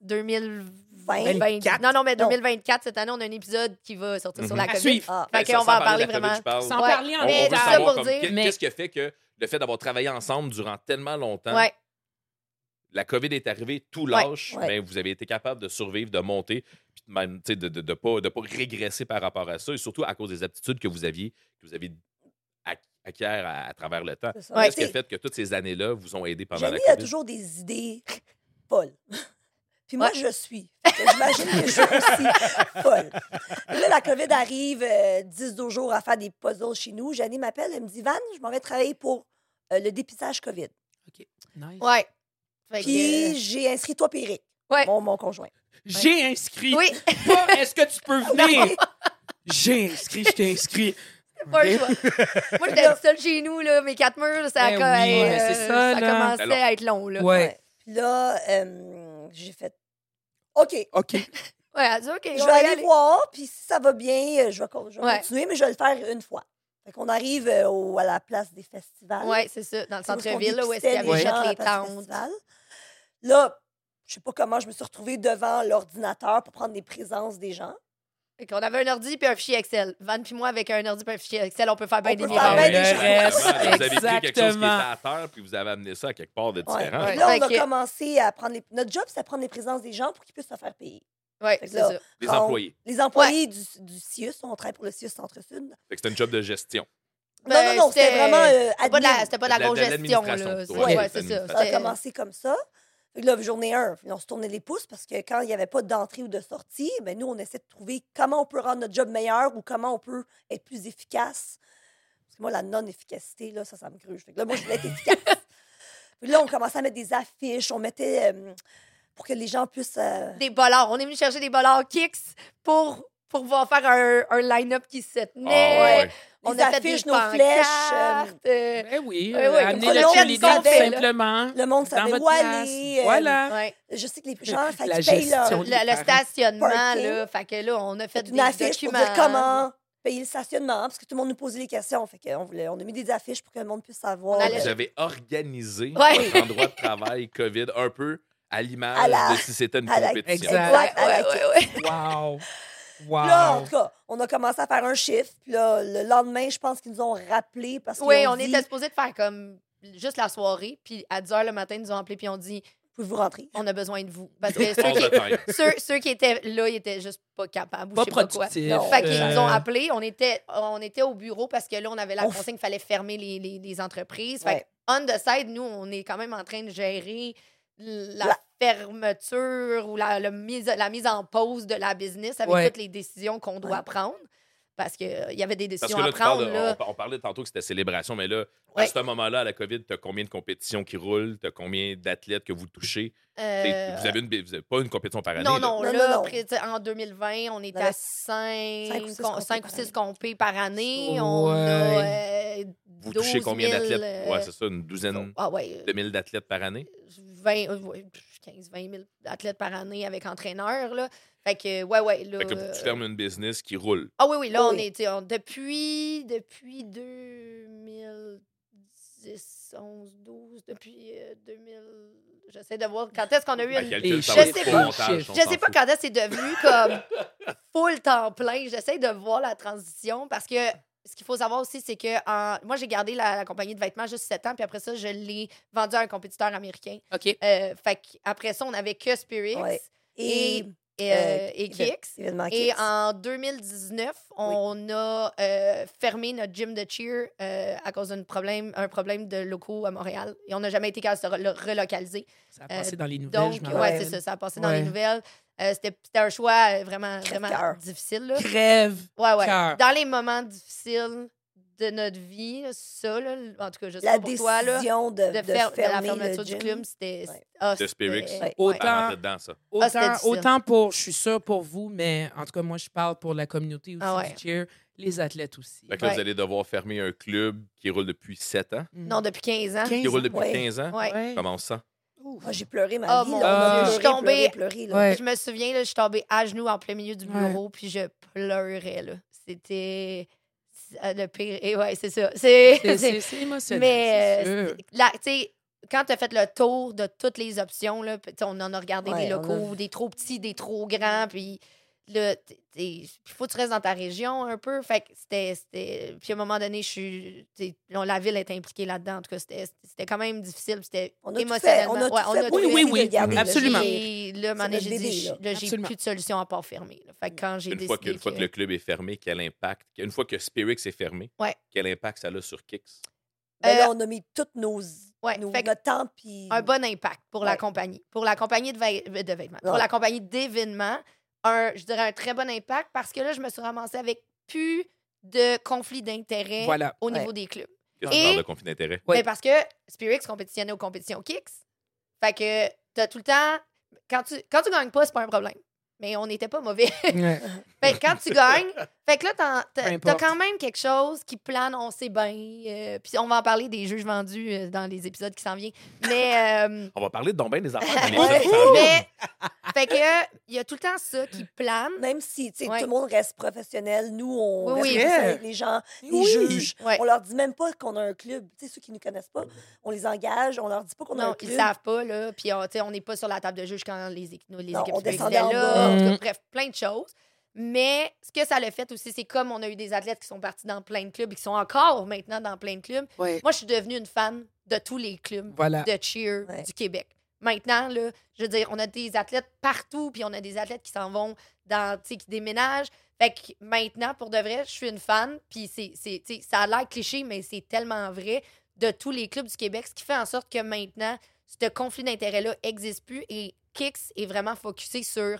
C: 2024.
B: 24?
C: Non, non, mais
D: Non.
C: 2024 cette année, on a un épisode qui va sortir sur
A: Mhm.
C: la
A: À
B: À
C: COVID.
B: suivre.
D: Ah,
C: Fait
A: Ben,
C: qu'on
A: sans- sans
C: va en parler
A: de la COVID,
C: vraiment.
A: je parle.
B: Sans
C: Ouais.
B: parler en
A: On- on
C: Mais
A: veut
C: dans-
B: détail.
A: savoir
C: pour
A: comme
C: dire-
A: qu'est-
B: Mais-
A: qu'est-ce qui a fait que le fait d'avoir travaillé ensemble durant tellement
B: hein.
A: longtemps,
C: Ouais.
A: la COVID est arrivée, tout
C: Ouais,
A: lâche,
D: ouais.
A: ben, vous avez été capable de survivre, de monter, puis de même, tu sais, de ne de, de pas, de pas régresser par rapport à ça, et surtout à cause des aptitudes que vous aviez, que vous avez ac- acquières à, à travers le temps.
D: c'est ça.
C: Ouais,
A: Qu'est-ce qui a
D: T'sais,
A: fait que toutes ces années-là vous ont aidé pendant la
D: Jenny
A: COVID?
D: a toujours des idées folles. [LAUGHS] Puis moi,
C: Ouais.
D: je suis. Fait que J'imagine que je suis aussi folle. Là, la COVID arrive euh, 10-12 jours à faire des puzzles chez nous. Jenny m'appelle, elle me dit Van, je m'en vais travailler pour euh, le dépistage COVID.
B: Nice.
C: Ouais. Fait que, euh,
D: Puis j'ai inscrit toi, Péric,
C: Ouais.
D: mon, mon conjoint.
B: J'ai inscrit.
C: euh, oui,
B: [LAUGHS] Pas est-ce que tu peux venir? J'ai inscrit, je t'ai inscrit.
C: [LAUGHS] pas le choix. Moi,
D: [LAUGHS]
C: j'étais toute seule chez nous, là, mes quatre murs, ça,
B: Ben oui,
C: co- euh,
B: ouais, c'est ça, là.
C: commençait
A: Alors-
C: à être long. Là.
B: Ouais.
D: Puis là, euh, j'ai fait OK,
B: OK.
C: Ouais, elle dit, OK, on
D: je vais
C: va y
D: aller
C: aller.
D: voir, puis si ça va bien, euh, je vais, con- je vais
C: Ouais.
D: continuer, mais je vais le faire une fois. Fait qu'on arrive euh, au- à la place des festivals.
C: Oui, c'est ça, dans le
D: C'est où est-ce qu'on
C: centre-ville, là, où est-ce qu'il y
D: dépistait
C: avait
B: les
D: gens
C: fait
D: à
C: les
D: la place du
C: tentes.
D: festival. Là, je sais pas comment je me suis retrouvée devant l'ordinateur pour prendre des présences des gens.
C: Fait qu'on avait un ordi puis un fichier Excel. Van puis moi, avec un ordi puis un fichier Excel, on peut faire bien
D: On
C: des
D: peut
A: Ah, ouais,
C: miracles.
D: faire bien des
A: le reste,
D: choses.
A: Vous avez pris quelque chose qui était
B: Exactement.
A: à terre, puis vous avez amené ça à quelque part de
D: Ouais.
A: différent.
D: Puis Là,
C: Ouais.
D: on
C: Fait
D: a
C: que-
D: commencé à prendre les... Notre job, c'est à prendre les présences des gens pour qu'ils puissent se faire payer.
C: Oui,
D: Fait que
C: c'est
D: là-
C: ça.
A: Les
D: Prendre-
A: employés.
D: Les employés du, du CIUS, on travaille pour le CIUS Centre-Sud.
A: Fait que C'était une job de gestion.
D: non,
C: Ben,
D: non, non, c'était
C: c'était-
D: vraiment euh,
C: C'était pas de la-
D: admin.
C: C'était pas de la
A: De la-
C: grosse
A: de
C: gestion, là.
A: l'administration,
C: C'est-
A: toi,
C: Ouais,
A: ouais,
C: c'est ça.
A: l'administration.
D: Ça a
C: C'était-
D: commencé Ah, comme ça. Fait que là, journée 1, on se tournait les pouces parce que quand il n'y avait pas d'entrée ou de sortie, ben nous, on essaie de trouver comment on peut rendre notre job meilleur ou comment on peut être plus efficace. Parce que moi, la non-efficacité, là, ça, ça me gruge. Fait que là, moi, je voulais être efficace.
C: [LAUGHS]
D: Puis là, on commençait à mettre des affiches, on mettait euh, pour que les gens puissent. euh,
C: Des bollards. On est venu chercher des bollards Kicks pour pour pouvoir faire un, un line-up qui se
A: Ah,
C: tenait.
A: ouais.
C: On
D: Les
C: a fait
D: affiches,
C: des
D: nos
C: pancartes, euh,
B: Ben oui,
C: Ouais, ouais,
B: amener
D: comme
B: le
D: ça,
B: cheerleader
D: on le savait,
B: tout
C: là.
B: simplement.
D: le monde
B: Dans
D: savait
B: votre
D: où
B: place.
D: aller. euh,
B: Voilà.
C: ouais.
D: Je sais que les gens, fait
B: La
D: qu'ils payent leur-
B: gestion.
C: Le,
B: Les
C: le
B: parents.
C: stationnement,
D: Parking.
C: là. Fait que là, on a fait
D: une
C: des
D: affiche
C: documents.
D: pour dire comment payer le stationnement, parce que tout le monde nous posait des questions. Fait qu'on voulait, on a mis des affiches pour que le monde puisse savoir.
C: On allait-
A: Vous
D: euh,
A: avez organisé
C: Ouais.
A: votre endroit de travail COVID un peu à
D: À
A: l'image
D: la-
A: de si c'était une
D: à la-
A: compétition.
B: Exact.
D: exact,
C: Ouais,
D: à la-
C: ouais, ouais, ouais.
B: [LAUGHS] Wow.
D: Puis Là,
B: Wow.
D: en tout cas, on a commencé à faire un chiffre. Puis là, le lendemain, je pense qu'ils nous ont rappelé parce qu'ils
C: Oui,
D: ont
C: on
D: dit,
C: était supposé de faire comme juste la soirée. Puis à 10 h le matin, ils nous ont appelé puis on dit
D: Pouvez-vous rentrer?
C: on a besoin de vous. Parce que ceux
A: Hors de
C: qui,
A: tête.
C: ceux- ceux qui étaient là, ils étaient juste pas capables. ou
B: Pas
C: je sais pas quoi.
B: productif.
D: Non.
C: Fait qu'ils
B: Euh,
C: nous ont appelés. On était, on était au bureau parce que là, on avait la
D: On f-
C: consigne qu'il fallait fermer les, les- les entreprises. Fait
D: Ouais.
C: que on the side, nous, on est quand même en train de gérer la,
D: La-
C: fermeture ou la, le mise, la mise en pause de la business avec
B: Ouais.
C: toutes les décisions qu'on doit
D: Ouais.
C: prendre. Parce qu'il il y avait des
A: Parce
C: décisions
A: que là,
C: à
A: tu parles
C: prendre.
A: de-
C: là.
A: on, on parlait tantôt que c'était célébration, mais là, à
C: Ouais.
A: ce moment-là, à la COVID, tu as combien de compétitions qui roulent, tu as combien d'athlètes que vous touchez. T'sais,
C: Euh,
A: Vous avez une, vous avez pas une compétition par année.
C: Non,
A: là.
C: non, là,
D: Non, non, non.
C: pré- t'sais, en 2020, on était
D: avait
C: à 5
D: cinq ou six compés
C: ou
D: par
C: 6 compés par année. On a euh,
A: Vous
C: 12
A: touchez
C: 000,
A: combien d'athlètes?
C: euh,
A: Ouais, c'est ça, une douzaine
C: ah ouais,
A: de mille d'athlètes par année.
C: 20, euh, ouais, pff, 15, 20 000 athlètes par année avec entraîneur. Là. Fait que, ouais, ouais. Là,
A: Fait que
C: euh,
A: là, tu fermes une business qui roule.
C: Ah oui, oui, là, on
D: Oui.
C: est. t'sais, on- depuis, depuis 2010, 11, 12, depuis euh, 2000. J'essaie de voir quand est-ce qu'on a eu
A: Ben,
C: une
A: calcule,
B: Et
A: ça
C: je
A: va
C: sais
A: être
C: pas.
A: au montage, on
C: Je
A: s'en
C: sais pas
A: fout.
C: quand est-ce que c'est devenu comme
A: [LAUGHS]
C: full temps plein. J'essaie de voir la transition parce que ce qu'il faut savoir aussi, c'est que en- moi, j'ai gardé la, la compagnie de vêtements juste 7 ans, puis après ça, je l'ai vendue à un compétiteur américain.
B: OK.
C: Euh, fait après ça, on avait que Spirits
D: Ouais.
C: Et- et,
D: Euh,
C: euh, et
D: le-
C: Kicks.
D: événement
C: Et
D: Kicks.
C: en 2019, on a euh, fermé notre gym de cheer euh, à cause d'un problème, un problème de locaux à Montréal. Et on n'a jamais été capable de se re- relocaliser.
B: Ça a passé dans les nouvelles.
C: Euh, Donc,
B: je m'en
C: ouais,
B: rappelle.
C: c'est ça, ça a passé dans les
B: Ouais.
C: nouvelles. Euh, c'était, c'était un choix euh, vraiment, vraiment
D: Crève-cœur.
B: [LAUGHS]
C: difficile. Là.
B: Crève.
C: Ouais, ouais.
B: Cœur.
C: Dans les moments difficiles de notre vie, là, ça, là, en tout cas, je sais
D: la
C: pas pour toi, là, de,
D: décision de, de
C: faire, de la
D: fermer
C: fermeture
D: le
C: du
D: gym.
C: club, c'était.
D: Ouais.
C: ah,
A: De Spirits.
C: c'était-
D: Ouais.
B: Autant-
A: Ça rentrait dedans, ça.
C: Ah, c'était
B: Autant,
C: difficile.
B: autant pour, je suis sûre pour vous, mais en tout cas, moi, je parle pour la communauté aussi
C: Ah ouais.
B: du cheer, les athlètes aussi.
A: Fait que là,
C: Ouais.
A: vous allez devoir fermer un club qui roule depuis 7 ans,
B: Mm.
C: Non, depuis 15 ans.
A: qui
B: 15
A: roule
B: ans.
A: depuis
D: Ouais.
A: 15 ans.
C: Ouais.
B: Ouais.
A: Comment ça?
D: Moi, Ah, j'ai pleuré ma
C: Oh,
D: vie.
C: mon
D: là.
B: Dieu.
D: J'ai
B: Je suis
C: tombée-
D: pleuré, pleuré, là.
B: Ouais.
C: Je me souviens, là, je suis tombée à genoux en plein milieu du
B: Ouais.
C: bureau, puis je pleurais. là. C'était euh, le pire. Et ouais, c'est ça. C'est.
B: [LAUGHS] C'est-
C: [LAUGHS] c'est-
B: C'est c'est émotionnel.
C: Mais
B: c'est sûr.
C: euh, là, tu sais, quand tu as fait le tour de toutes les options, là, puis, tu sais, on en a regardé
D: Ouais,
C: des
D: on
C: locaux,
D: a-
C: des trop petits, des trop grands, puis là, t'es- t'es- il faut que tu restes dans ta région un peu. Fait que c'était. c'était- Puis à un moment donné, je suis. t'sais, on- La ville est impliquée là-dedans. En tout cas, c'était c'était quand même difficile. puis C'était
D: On a tout fait.
C: émotionnellement.
D: On a tout
C: Ouais, on
D: fait
C: a
D: pour
B: Oui,
C: tout fait.
D: essayer de
B: oui,
D: le garder, là.
B: absolument.
D: J'ai-
C: Et là, à un moment
D: C'est
C: donné,
D: notre
C: j'ai
D: bébé,
C: dit,
D: là.
C: là, j'ai
B: Absolument.
C: plus de solution à part fermer. là. Fait que quand j'ai
A: Une
C: décidé.
A: fois, que, une fois
C: que-
A: que le club est fermé, quel impact, une fois que Spirix est fermé,
C: Ouais.
A: quel impact ça a sur Kicks?
D: Ben là,
C: Euh,
D: on a mis toutes nos,
C: Ouais,
D: nos-
C: fait que-
D: notre temps, puis...
C: un bon impact pour la
D: Ouais.
C: compagnie. Pour la compagnie de, vêt- de vêtements. Pour
D: Ouais.
C: la compagnie d'événements, un, je dirais un très bon impact parce que là, je me suis ramassée avec plus de conflits d'intérêts
B: Voilà.
C: au
D: Ouais.
C: niveau des clubs.
A: Qu'est-ce
C: Et-
A: qu'on parle de conflit d'intérêt?
B: Ouais.
C: Mais parce que Spirix compétitionnait aux compétitions Kicks. Fait que t'as tout le temps. Quand tu, quand tu gagnes pas, c'est pas un problème. Mais on n'était pas mauvais.
B: Ouais.
C: Fait que Ben, quand tu gagnes, fait que là, t'en-
B: Peu
C: t'as t'as
B: importe.
C: quand même quelque chose qui plane, on sait bien. euh, Puis on va en parler des juges vendus euh, dans les épisodes qui s'en viennent. Mais. euh,
A: On va parler de donc bien des
D: [LAUGHS]
A: affaires
C: [LAUGHS]
A: dans
C: Ouais.
A: l'épisode qui s'en vient.
C: Mais, fait que, il y a tout le temps ça qui plane.
D: Même si, tu sais,
C: Ouais.
D: tout le monde reste professionnel, nous, on
C: Oui, oui.
D: reste professionnels,
B: Ouais.
D: les gens, les
B: Oui.
D: juges.
C: Ouais.
D: On leur dit même pas qu'on a un club. Tu sais, ceux qui nous connaissent pas,
A: Mm-hmm.
D: on les engage, on leur dit pas qu'on a un
C: Non,
D: club.
C: ils savent pas, là. Puis, on, tu sais, on n'est pas sur la table de juge quand les, équ- nos- les
D: Non,
C: équipes
D: on
C: étaient
D: descendait
C: là.
D: en bas.
C: En tout cas,
B: Mm.
C: bref, plein de choses. Mais ce que ça l'a fait aussi, c'est comme on a eu des athlètes qui sont partis dans plein de clubs et qui sont encore maintenant dans plein de clubs.
B: Ouais.
C: Moi, je suis devenue une fan de tous les clubs
B: Voilà.
C: de cheer
D: Ouais.
C: du Québec. Maintenant, là, je veux dire, on a des athlètes partout, puis on a des athlètes qui s'en vont, dans, tu sais, qui déménagent. Fait que maintenant, pour de vrai, je suis une fan, puis c'est, c'est- tu sais, ça a l'air cliché, mais c'est tellement vrai de tous les clubs du Québec, ce qui fait en sorte que maintenant, ce conflit d'intérêts-là n'existe plus et Kix est vraiment focusé sur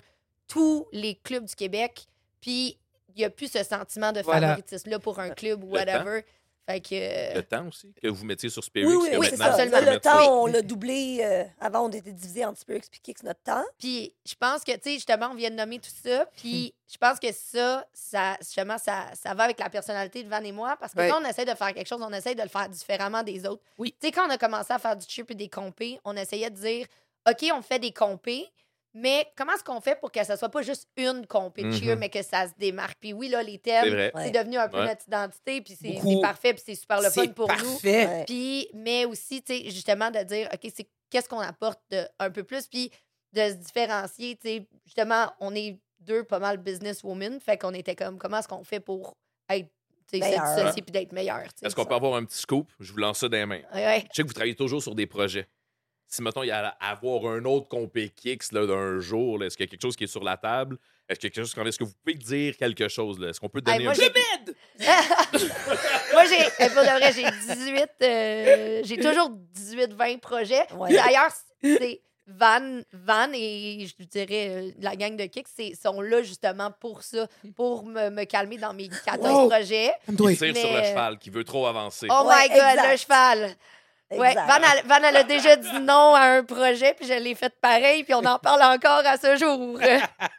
C: tous les clubs du Québec, puis il n'y a plus ce sentiment de
B: Voilà.
C: favoritisme-là pour un club ou whatever. Fait que... euh,
A: Le temps aussi que vous mettiez sur Spirix.
D: Oui, oui,
A: que
D: oui, c'est
A: maintenant,
D: ça.
A: vous
C: absolument.
D: Là,
A: pouvez
D: le
A: mettre sur-
D: temps, on l'a doublé. euh, avant, on était divisé en petit peu, expliquer que notre temps.
C: Puis je pense que, tu sais, justement, on vient de nommer tout ça. Puis je pense que ça, ça justement, ça, ça va avec la personnalité de Van et moi. Parce que
B: Ouais.
C: quand on essaie de faire quelque chose, on essaie de le faire différemment des autres.
B: Oui.
C: Tu sais, quand on a commencé à faire du chip et des compés, on essayait de dire, OK, on fait des compés, mais comment est-ce qu'on fait pour que ça soit pas juste une compé de cheer,
A: Mhm.
C: mais que ça se démarque? Puis oui, là, les
A: C'est
C: thèmes,
A: vrai.
C: c'est
D: Ouais.
C: devenu un peu
A: Ouais.
C: notre identité, puis c'est
B: Beaucoup.
C: c'est parfait, puis c'est super le fun
B: C'est
C: pour nous.
B: parfait.
D: Ouais.
C: Puis, mais aussi, tu sais, justement, de dire, OK, c'est qu'est-ce qu'on apporte de- un peu plus, puis de se différencier, tu sais, justement, on est deux pas mal businesswomen, fait qu'on était comme, comment est-ce qu'on fait pour être, tu sais, se
D: Meilleur.
C: dissocier puis d'être meilleur, tu sais.
A: Est-ce qu'on peut avoir un petit scoop? Je vous lance ça dans les mains.
C: Ouais, ouais.
A: Je sais que vous travaillez toujours sur des projets. Si, mettons, il y a à avoir un autre compé Kicks là, d'un jour, là, est-ce qu'il y a quelque chose qui est sur la table? Est-ce qu'il y a quelque chose qu'on- Est-ce que vous pouvez dire quelque chose? là? Est-ce qu'on peut donner
C: moi,
A: un
C: j'ai- [LAUGHS] Moi, j'ai, euh, pour de vrai, j'ai 18, euh, j'ai toujours 18-20 projets.
D: Ouais.
C: Puis D'ailleurs, c'est Van, Van et je dirais euh, la gang de Kicks c'est- sont là justement pour ça, pour me, me calmer dans mes 14
B: Wow.
C: projets.
A: qui tire
C: mais-
A: sur
D: euh,
A: le cheval, qui veut trop avancer?
C: Oh
D: Ouais,
C: my God,
D: exact.
C: le cheval! Ouais,
D: Exact.
C: Van, elle, Van, elle a déjà dit non à un projet, puis je l'ai fait pareil, puis on en parle encore à ce jour.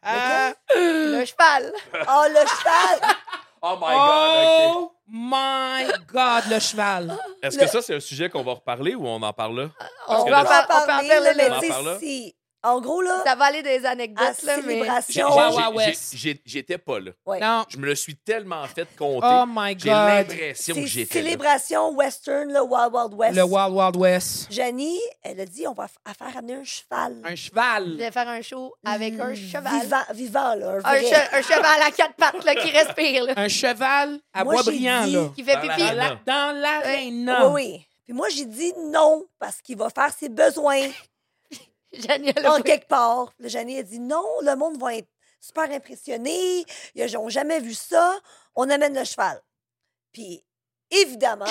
A: Ah!
C: le cheval!
D: Oh, le cheval!
A: Oh my God! ok.
B: Oh my God, le
C: [LAUGHS]
B: cheval.
A: Est-ce
D: Le- Ah,
A: que ça, c'est un sujet qu'on va reparler ou on en parle là?
C: [LAUGHS] On
A: que
C: va en
A: le-
C: par- on peut en
D: parler,
C: parler,
D: là,
C: mais
A: On en
D: mais tu
A: parle, là.
D: sais, si... En gros, là,
C: ça va aller des
D: à
C: anecdotes, là, mais...
A: J'ai-
D: célébration...
B: Wow,
A: j'ai-
B: wow,
A: j'ai-
B: ouais.
A: j'ai- J'étais pas là.
B: Non.
A: Je me le suis tellement fait compter.
B: Oh my
A: j'ai
B: God.
A: l'impression que
D: C'est
A: j'étais là.
D: célébration western, le Wild Wild West.
B: Le Wild Wild West.
D: Janie, elle a dit on va f- à faire amener un cheval.
B: Un
C: Je
B: cheval.
C: vais faire un show avec un cheval.
D: Vivant, vivant là. Un
C: Un,
D: vrai.
C: che- un cheval à quatre pattes là, qui respire, là,
B: Un cheval à
D: Moi,
B: bois
D: j'ai
B: brillant,
D: dit-
B: là.
C: qui fait
A: Dans la
C: pipi.
A: rade.
B: Là, Dans
D: Oui,
B: l'aréna.
D: oui. Puis moi, j'ai dit non, parce qu'il va faire ses besoins
C: Génial.
D: en quelque part. Le Janie a dit non, le monde va être super impressionné. Ils n'ont jamais vu ça. On amène le cheval. Puis, évidemment,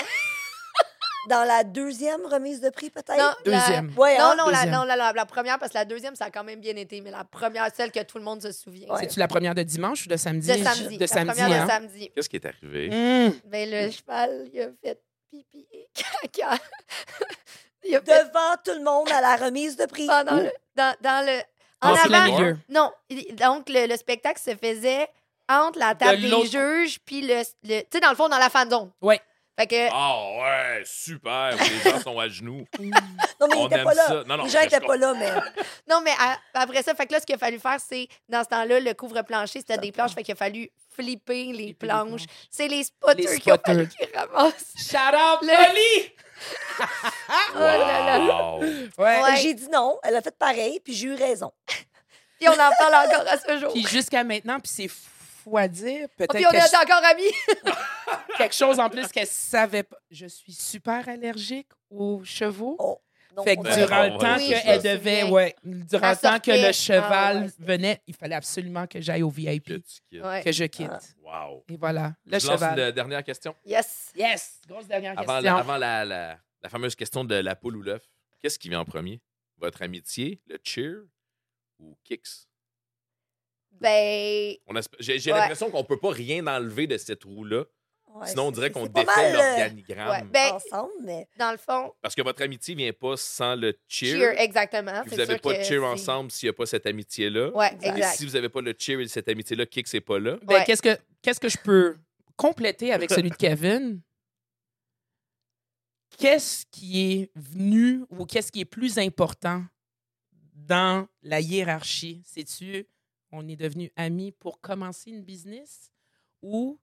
D: dans la deuxième remise de prix,
C: Non,
D: peut-être.
B: Deuxième.
D: Ouais,
C: La...
D: hein?
C: Non, non, la,
B: Deuxième.
C: non la, la- la première, parce que la deuxième, ça a quand même bien été, mais la première, celle que tout le monde se souvient.
D: Ouais.
B: C'est-tu la première de dimanche ou de samedi?
C: De samedi.
B: De
C: la
B: samedi,
C: première
B: hein?
C: de samedi.
A: Qu'est-ce qui est arrivé?
B: Hum.
C: Ben, le cheval, il a fait pipi et caca. [LAUGHS] il a fait
D: Devant tout le monde à la remise de prix.
C: pendant le, dans, dans le. En
B: plein
C: avant.
B: milieu.
C: Non, il- donc le, le spectacle se faisait entre la table
B: De
C: des
B: l'autre-
C: juges puis le. le- tu sais, dans le fond, dans la fan zone.
B: Ouais.
C: Fait que,
A: Ah ouais, super. Les gens sont à genoux.
D: Non, mais
A: On
D: il était
A: aime
D: pas
A: ça.
D: là.
A: Non, non,
D: les gens
A: je
D: n'étaient pas
A: comprends.
D: là, mais
C: Non, mais à- après ça, fait que là, ce qu'il a fallu faire, c'est, dans ce temps-là, le couvre-plancher, c'était des planches, fait qu'il a fallu flipper les planches. C'est les spotters,
B: Les
C: qui ont fallu
B: spotters.
C: qu'ils ramassent.
B: Shout out, Loli!
A: Wow.
B: Ouais.
C: Ouais.
D: j'ai dit non. Elle a fait pareil, puis j'ai eu raison.
C: Puis on en parle encore à ce jour.
B: Puis jusqu'à maintenant, puis c'est fou à dire.
C: Ah,
B: Peut-être
C: Puis on
B: que
C: est encore amis.
B: je- quelque chose en plus qu'elle savait pas. Je suis super allergique aux chevaux.
D: Oh, non,
B: fait que
D: on
A: Ben,
D: dirait-
B: durant
A: on
B: le
A: va
B: temps
A: laisser ça.
B: qu'elle
A: Je me
B: devait,
C: souviens.
B: ouais, durant
C: Elle
B: le temps que
C: sortait.
B: le cheval
C: Ah, ouais.
B: venait, il fallait absolument que j'aille au VIP,
A: Que tu quittes.
C: Ouais.
B: que je quitte.
D: Ah.
A: Wow.
B: Et voilà, le
A: Je lance
B: cheval.
A: une dernière question.
C: Yes.
B: Yes! Grosse dernière
A: Avant, la,
B: question.
A: avant la, la- la fameuse question de la poule ou l'œuf, qu'est-ce qui vient en premier? Votre amitié, le cheer ou kicks?
C: Ben,
A: On esp- J'ai j'ai
C: Ouais.
A: l'impression qu'on peut pas rien enlever de cette roue-là.
D: Ouais,
A: Sinon, on
D: c'est-
A: dirait
D: c'est-
A: qu'on
D: c'est pas
A: défait
D: mal, euh,
A: l'organigramme.
C: ouais. Ben,
D: Ensemble, mais
C: dans le fond,
A: Parce que votre amitié vient pas sans le cheer.
C: cheer, exactement.
A: Puis
C: C'est
A: vous n'avez
C: sûr
A: pas
C: que
A: de cheer
C: c'est-
A: ensemble s'il n'y a pas cette amitié-là.
C: Ouais,
D: Exact.
A: Et
C: exact.
A: si vous n'avez pas le cheer et cette amitié-là, kicks n'est pas là.
B: Ben,
C: Ouais.
B: qu'est-ce, que, qu'est-ce que je peux compléter avec celui de Kevin? Qu'est-ce qui est venu ou qu'est-ce qui est plus important dans la hiérarchie? C'est-tu, on est devenu amis pour commencer une business ou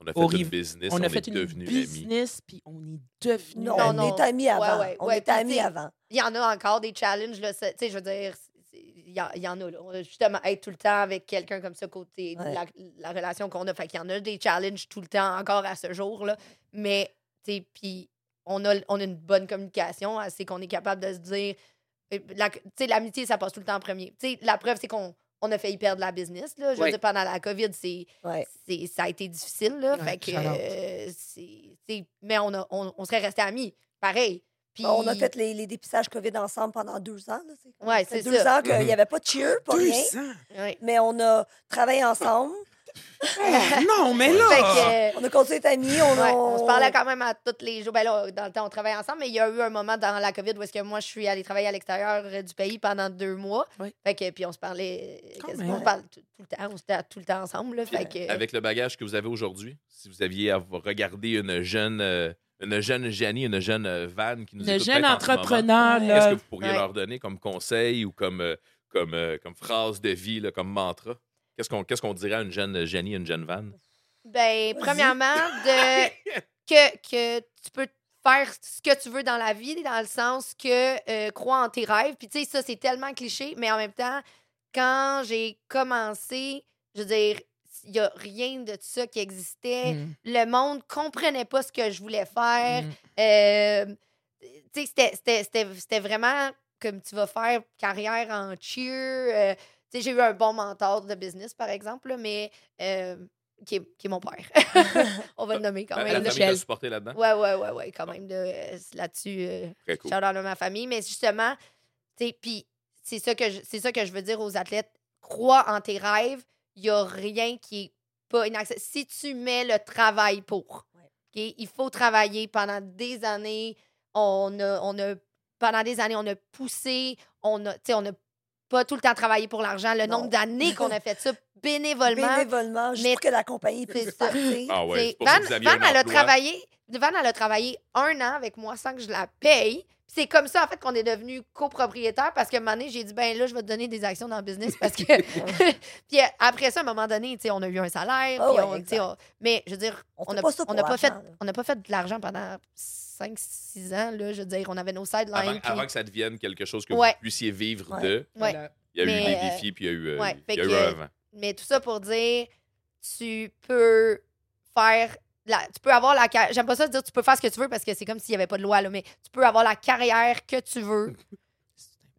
A: On a fait
B: Au
A: une
B: riv-
A: business, on,
B: on a
A: est
B: fait une
A: devenus amis.
B: business puis on est devenu
D: non,
C: Non,
B: amis?
C: non.
D: on est amis avant.
C: Ouais, ouais,
D: on
C: ouais,
D: était
C: puis
D: amis
C: tu sais-
D: avant.
C: Il y en a encore des challenges, là. ça- Tu sais, je veux dire, c'est- c'est- il y, en- il y en a, là. Justement, être tout le temps avec quelqu'un comme ça, côté de
D: Ouais.
C: la, la relation qu'on a. Fait qu'il y en a des challenges tout le temps, encore à ce jour, là. Mais, tu sais, puis on a, on a une bonne communication. hein, C'est qu'on est capable de se dire. euh, la- Tu sais, l'amitié, ça passe tout le temps en premier. Tu sais, la preuve, c'est qu'on on a failli perdre la business, là. Je veux
B: Ouais.
C: dire, pendant la COVID, c'est
D: Ouais.
C: c'est- ça a été difficile, là.
B: Ouais,
C: fait que,
B: shout out.
C: euh, c'est- c'est- mais on, a- on, on serait restés amis, pareil. Puis,
D: On a fait les, les dépistages COVID ensemble pendant deux ans. Là, c'est comme-
C: Ouais,
D: ça fait
C: Ben, c'est
D: deux
C: ça.
D: ans qu'il n'y avait pas de cheer, pas rien.
B: Mmh Deux
D: [LAUGHS]
B: ans?
C: ouais.
D: Mais on a travaillé ensemble.
B: Ah, Oh non, mais là!
C: Fait que, euh,
D: On a continué d'être amis. On,
C: ouais,
D: a-
C: on se parlait quand même à tous les jours. Ben là, dans le temps, on travaillait ensemble, mais il y a eu un moment dans la COVID où est-ce que moi, je suis allée travailler à l'extérieur euh, du pays pendant deux mois.
B: Ouais.
C: Fait que, puis on se parlait euh,
B: Quand
C: quasiment,
B: même.
C: on parle tout, tout le temps, on était tout le temps ensemble, là. Fait que,
A: Avec le bagage que vous avez aujourd'hui, si vous aviez à regarder une jeune, euh, une jeune Janie, une jeune euh, Van qui nous
B: Le
A: écoute
B: jeune
A: peut-être en ce moment,
B: entrepreneur,
D: Ouais.
A: Qu'est-ce
B: là,
A: que vous pourriez
C: Ouais.
A: leur donner comme conseil ou comme, euh, comme, euh, comme phrase de vie, là, comme mantra? Qu'est-ce qu'on qu'est-ce qu'on dirait à une jeune Jenny, une jeune Van?
C: Ben, premièrement, de, que, que tu peux faire ce que tu veux dans la vie, dans le sens que euh, crois en tes rêves. Puis, tu sais, ça, c'est tellement cliché, mais en même temps, quand j'ai commencé, je veux dire, il n'y a rien de ça qui existait.
B: Mm,
C: Le monde comprenait pas ce que je voulais faire.
B: mm.
C: Euh, tu sais, c'était- c'était- c'était c'était vraiment comme tu vas faire carrière en cheer. euh, tu sais, j'ai eu un bon mentor de business, par exemple, là, mais euh, qui, est, qui est
A: [LAUGHS]
C: mon père. On va le nommer quand
A: La,
C: même.
A: la
C: là.
A: famille t'a supporté là-dedans?
C: Ouais, ouais, ouais, ouais, quand même. là, euh, Là-dessus, euh,
A: Très cool.
C: shout out à ma famille. Mais justement, tu sais, puis c'est ça, que je- c'est ça que je veux dire aux athlètes. Crois en tes rêves. Il n'y a rien qui est pas inaccessible. Si tu mets le travail pour, OK? il faut travailler pendant des années. On a, on a, pendant des années, on a poussé. On a, tu sais, on n'a pas tout le temps travaillé pour l'argent. Le
D: Non.
C: nombre d'années qu'on a fait ça bénévolement.
D: bénévolement, juste
C: Mais-
D: pour que la compagnie puisse
C: C'est ça.
D: partir.
A: Ah ouais,
C: C'est-
A: c'est pour ça
C: Van,
A: que vous aviez un
C: Van, elle a
A: emploi.
C: travaillé, Van, elle a travaillé un an avec moi sans que je la paye. Puis C'est comme ça, en fait, qu'on est devenu copropriétaire parce que un moment donné, j'ai dit, ben là, je vais te donner des actions dans le business parce que. puis euh, après ça, à un moment donné, tu sais, on a eu un salaire.
D: Ah
C: puis
D: ouais,
C: on- tu sais, on- Mais je veux dire,
D: On
C: on
D: fait
C: n'a
D: pas ça
C: on
D: pour
C: n'a pas, fait-
D: l'argent, là.
C: on n'a pas fait de l'argent pendant 5-6 ans. Là, je veux dire, on avait nos sidelines.
A: Avant,
C: puis-
A: avant que ça devienne quelque chose que
C: euh, Ouais.
A: vous puissiez vivre
D: Ouais.
A: de,
C: Ouais.
B: Voilà.
A: il y a eu
C: Mais,
A: les défis, puis il y a eu, euh,
C: ouais,
A: il y
C: fait
A: a eu
C: que-
A: un avant.
C: Mais tout ça pour dire, tu peux faire. la- tu peux avoir la carrière. J'aime pas ça dire tu peux faire ce que tu veux parce que c'est comme s'il n'y avait pas de loi, là, mais tu peux avoir la carrière que tu veux.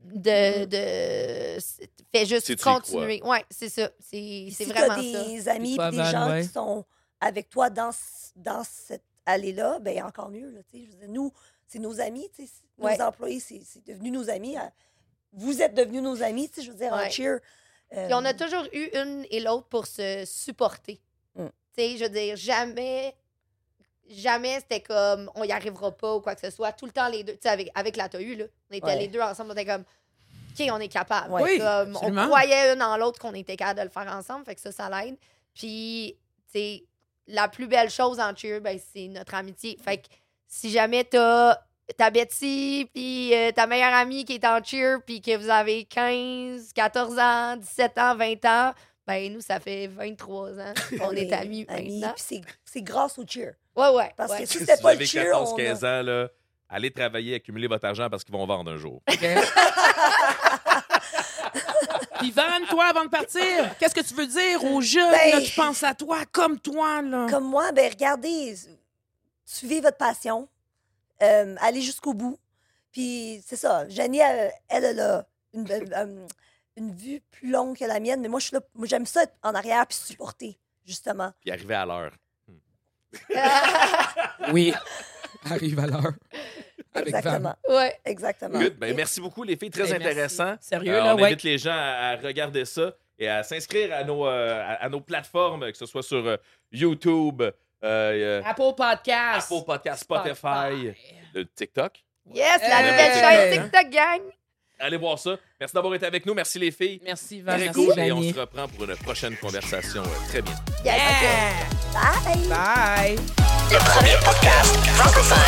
C: De, de- c'est- fais juste
A: Si tu y
C: continuer. Ouais, c'est ça. C'est c'est
D: si tu
C: vraiment
D: as
C: ça.
D: des amis
B: Pas
D: et des
B: mal,
D: gens
B: ouais.
D: qui sont avec toi dans, ce- dans cette allée-là, ben encore mieux. Là, tu sais. je veux dire, nous, c'est nos amis. tu sais, c'est-
C: Ouais.
D: Nos employés, c'est c'est devenu nos amis. hein. Vous êtes devenus nos amis, tu sais, je veux dire, en
C: Ouais.
D: cheer. euh,
C: Puis on a toujours eu une et l'autre pour se supporter.
D: Mm.
C: Tu sais, je veux dire, jamais, jamais c'était comme on y arrivera pas ou quoi que ce soit. Tout le temps, les deux, tu sais, avec, avec la TAU, là, on était
D: Ouais.
C: les deux ensemble, on était comme, OK, on est capable.
D: Ouais.
B: Oui,
C: Comme, on
B: absolument.
C: croyait une en l'autre qu'on était capable de le faire ensemble, fait que ça, ça l'aide. Puis, tu sais, la plus belle chose en cheer, ben, c'est notre amitié. Fait que si jamais t'as ta Betty, puis euh, ta meilleure amie qui est en cheer, puis que vous avez 15, 14 ans, 17 ans, 20 ans, ben nous, ça fait 23 ans qu'on est [LAUGHS] amis maintenant.
D: puis c'est- c'est grâce au cheer.
C: Ouais, ouais.
D: Parce
C: ouais.
D: que si
A: Si
D: c'était
A: vous
D: pas le
A: avez
D: cheer, on
A: 14-15 ans, là, allez travailler, accumuler votre argent parce qu'ils vont vendre un jour.
B: [LAUGHS] Puis vends toi avant de partir. Qu'est-ce que tu veux dire aux jeunes
D: Ben-
B: là, qui pensent à toi comme toi là
D: comme moi, ben regardez, suivez votre passion, euh, allez jusqu'au bout. Puis c'est ça, Janie, elle, elle, elle a une, belle- [LAUGHS] euh, une vue plus longue que la mienne, mais moi, je suis là, moi, j'aime ça être en arrière puis supporter, justement.
A: Puis arriver à l'heure.
B: Oui. Arrive à l'heure.
D: exactement,
C: ouais.
D: exactement.
A: Good. Ben, merci beaucoup, les filles. Très
B: Ben, merci.
A: intéressant.
B: Sérieux
A: Euh,
B: là,
A: on
B: ouais.
A: invite les gens à, à regarder ça et à s'inscrire à, nos, euh, à, à nos plateformes, que ce soit sur euh, YouTube, euh, euh,
B: Apple Podcast.
A: Apple Podcast, Spotify, le TikTok.
C: Yes, la
A: Hey!
C: nouvelle chaîne TikTok, gang.
A: Allez voir ça. Merci d'avoir été avec nous. Merci, les filles.
B: Merci Val,
A: Très
B: merci
A: cool. Et on
B: Janie.
A: se reprend pour une prochaine conversation euh, très bien.
D: Yes, ok. Bye!
B: Bye.
E: Le premier podcast francophone.